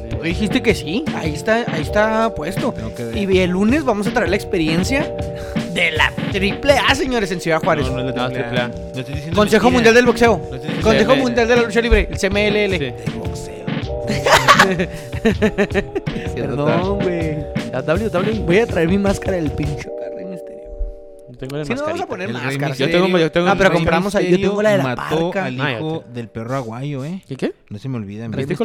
viene- Tú dijiste que sí. Ahí está, ahí está puesto. Tengo que ver. Y el lunes vamos a traer la experiencia de la triple A, señores, en Ciudad Juárez. No, no es la No, triple A. triple No estoy diciendo Consejo mentira. Mundial del Boxeo. No estoy diciendo Consejo CMLL. Mundial de la Lucha Libre, el CMLL. Sí. Del boxeo. Sí, Perdón, güey. La WWE. Voy a traer mi máscara del pincho acá, Rey Misterio. Yo tengo la Sí, no vamos a mascarita. poner El Rey máscaras. Misterio. Yo tengo- yo tengo- Ah, pero Rey compramos ahí. Yo tengo la de la mató parca. al Ah, hijo ya del perro aguayo, eh. ¿Qué qué? No se me olvida. ¿Viste con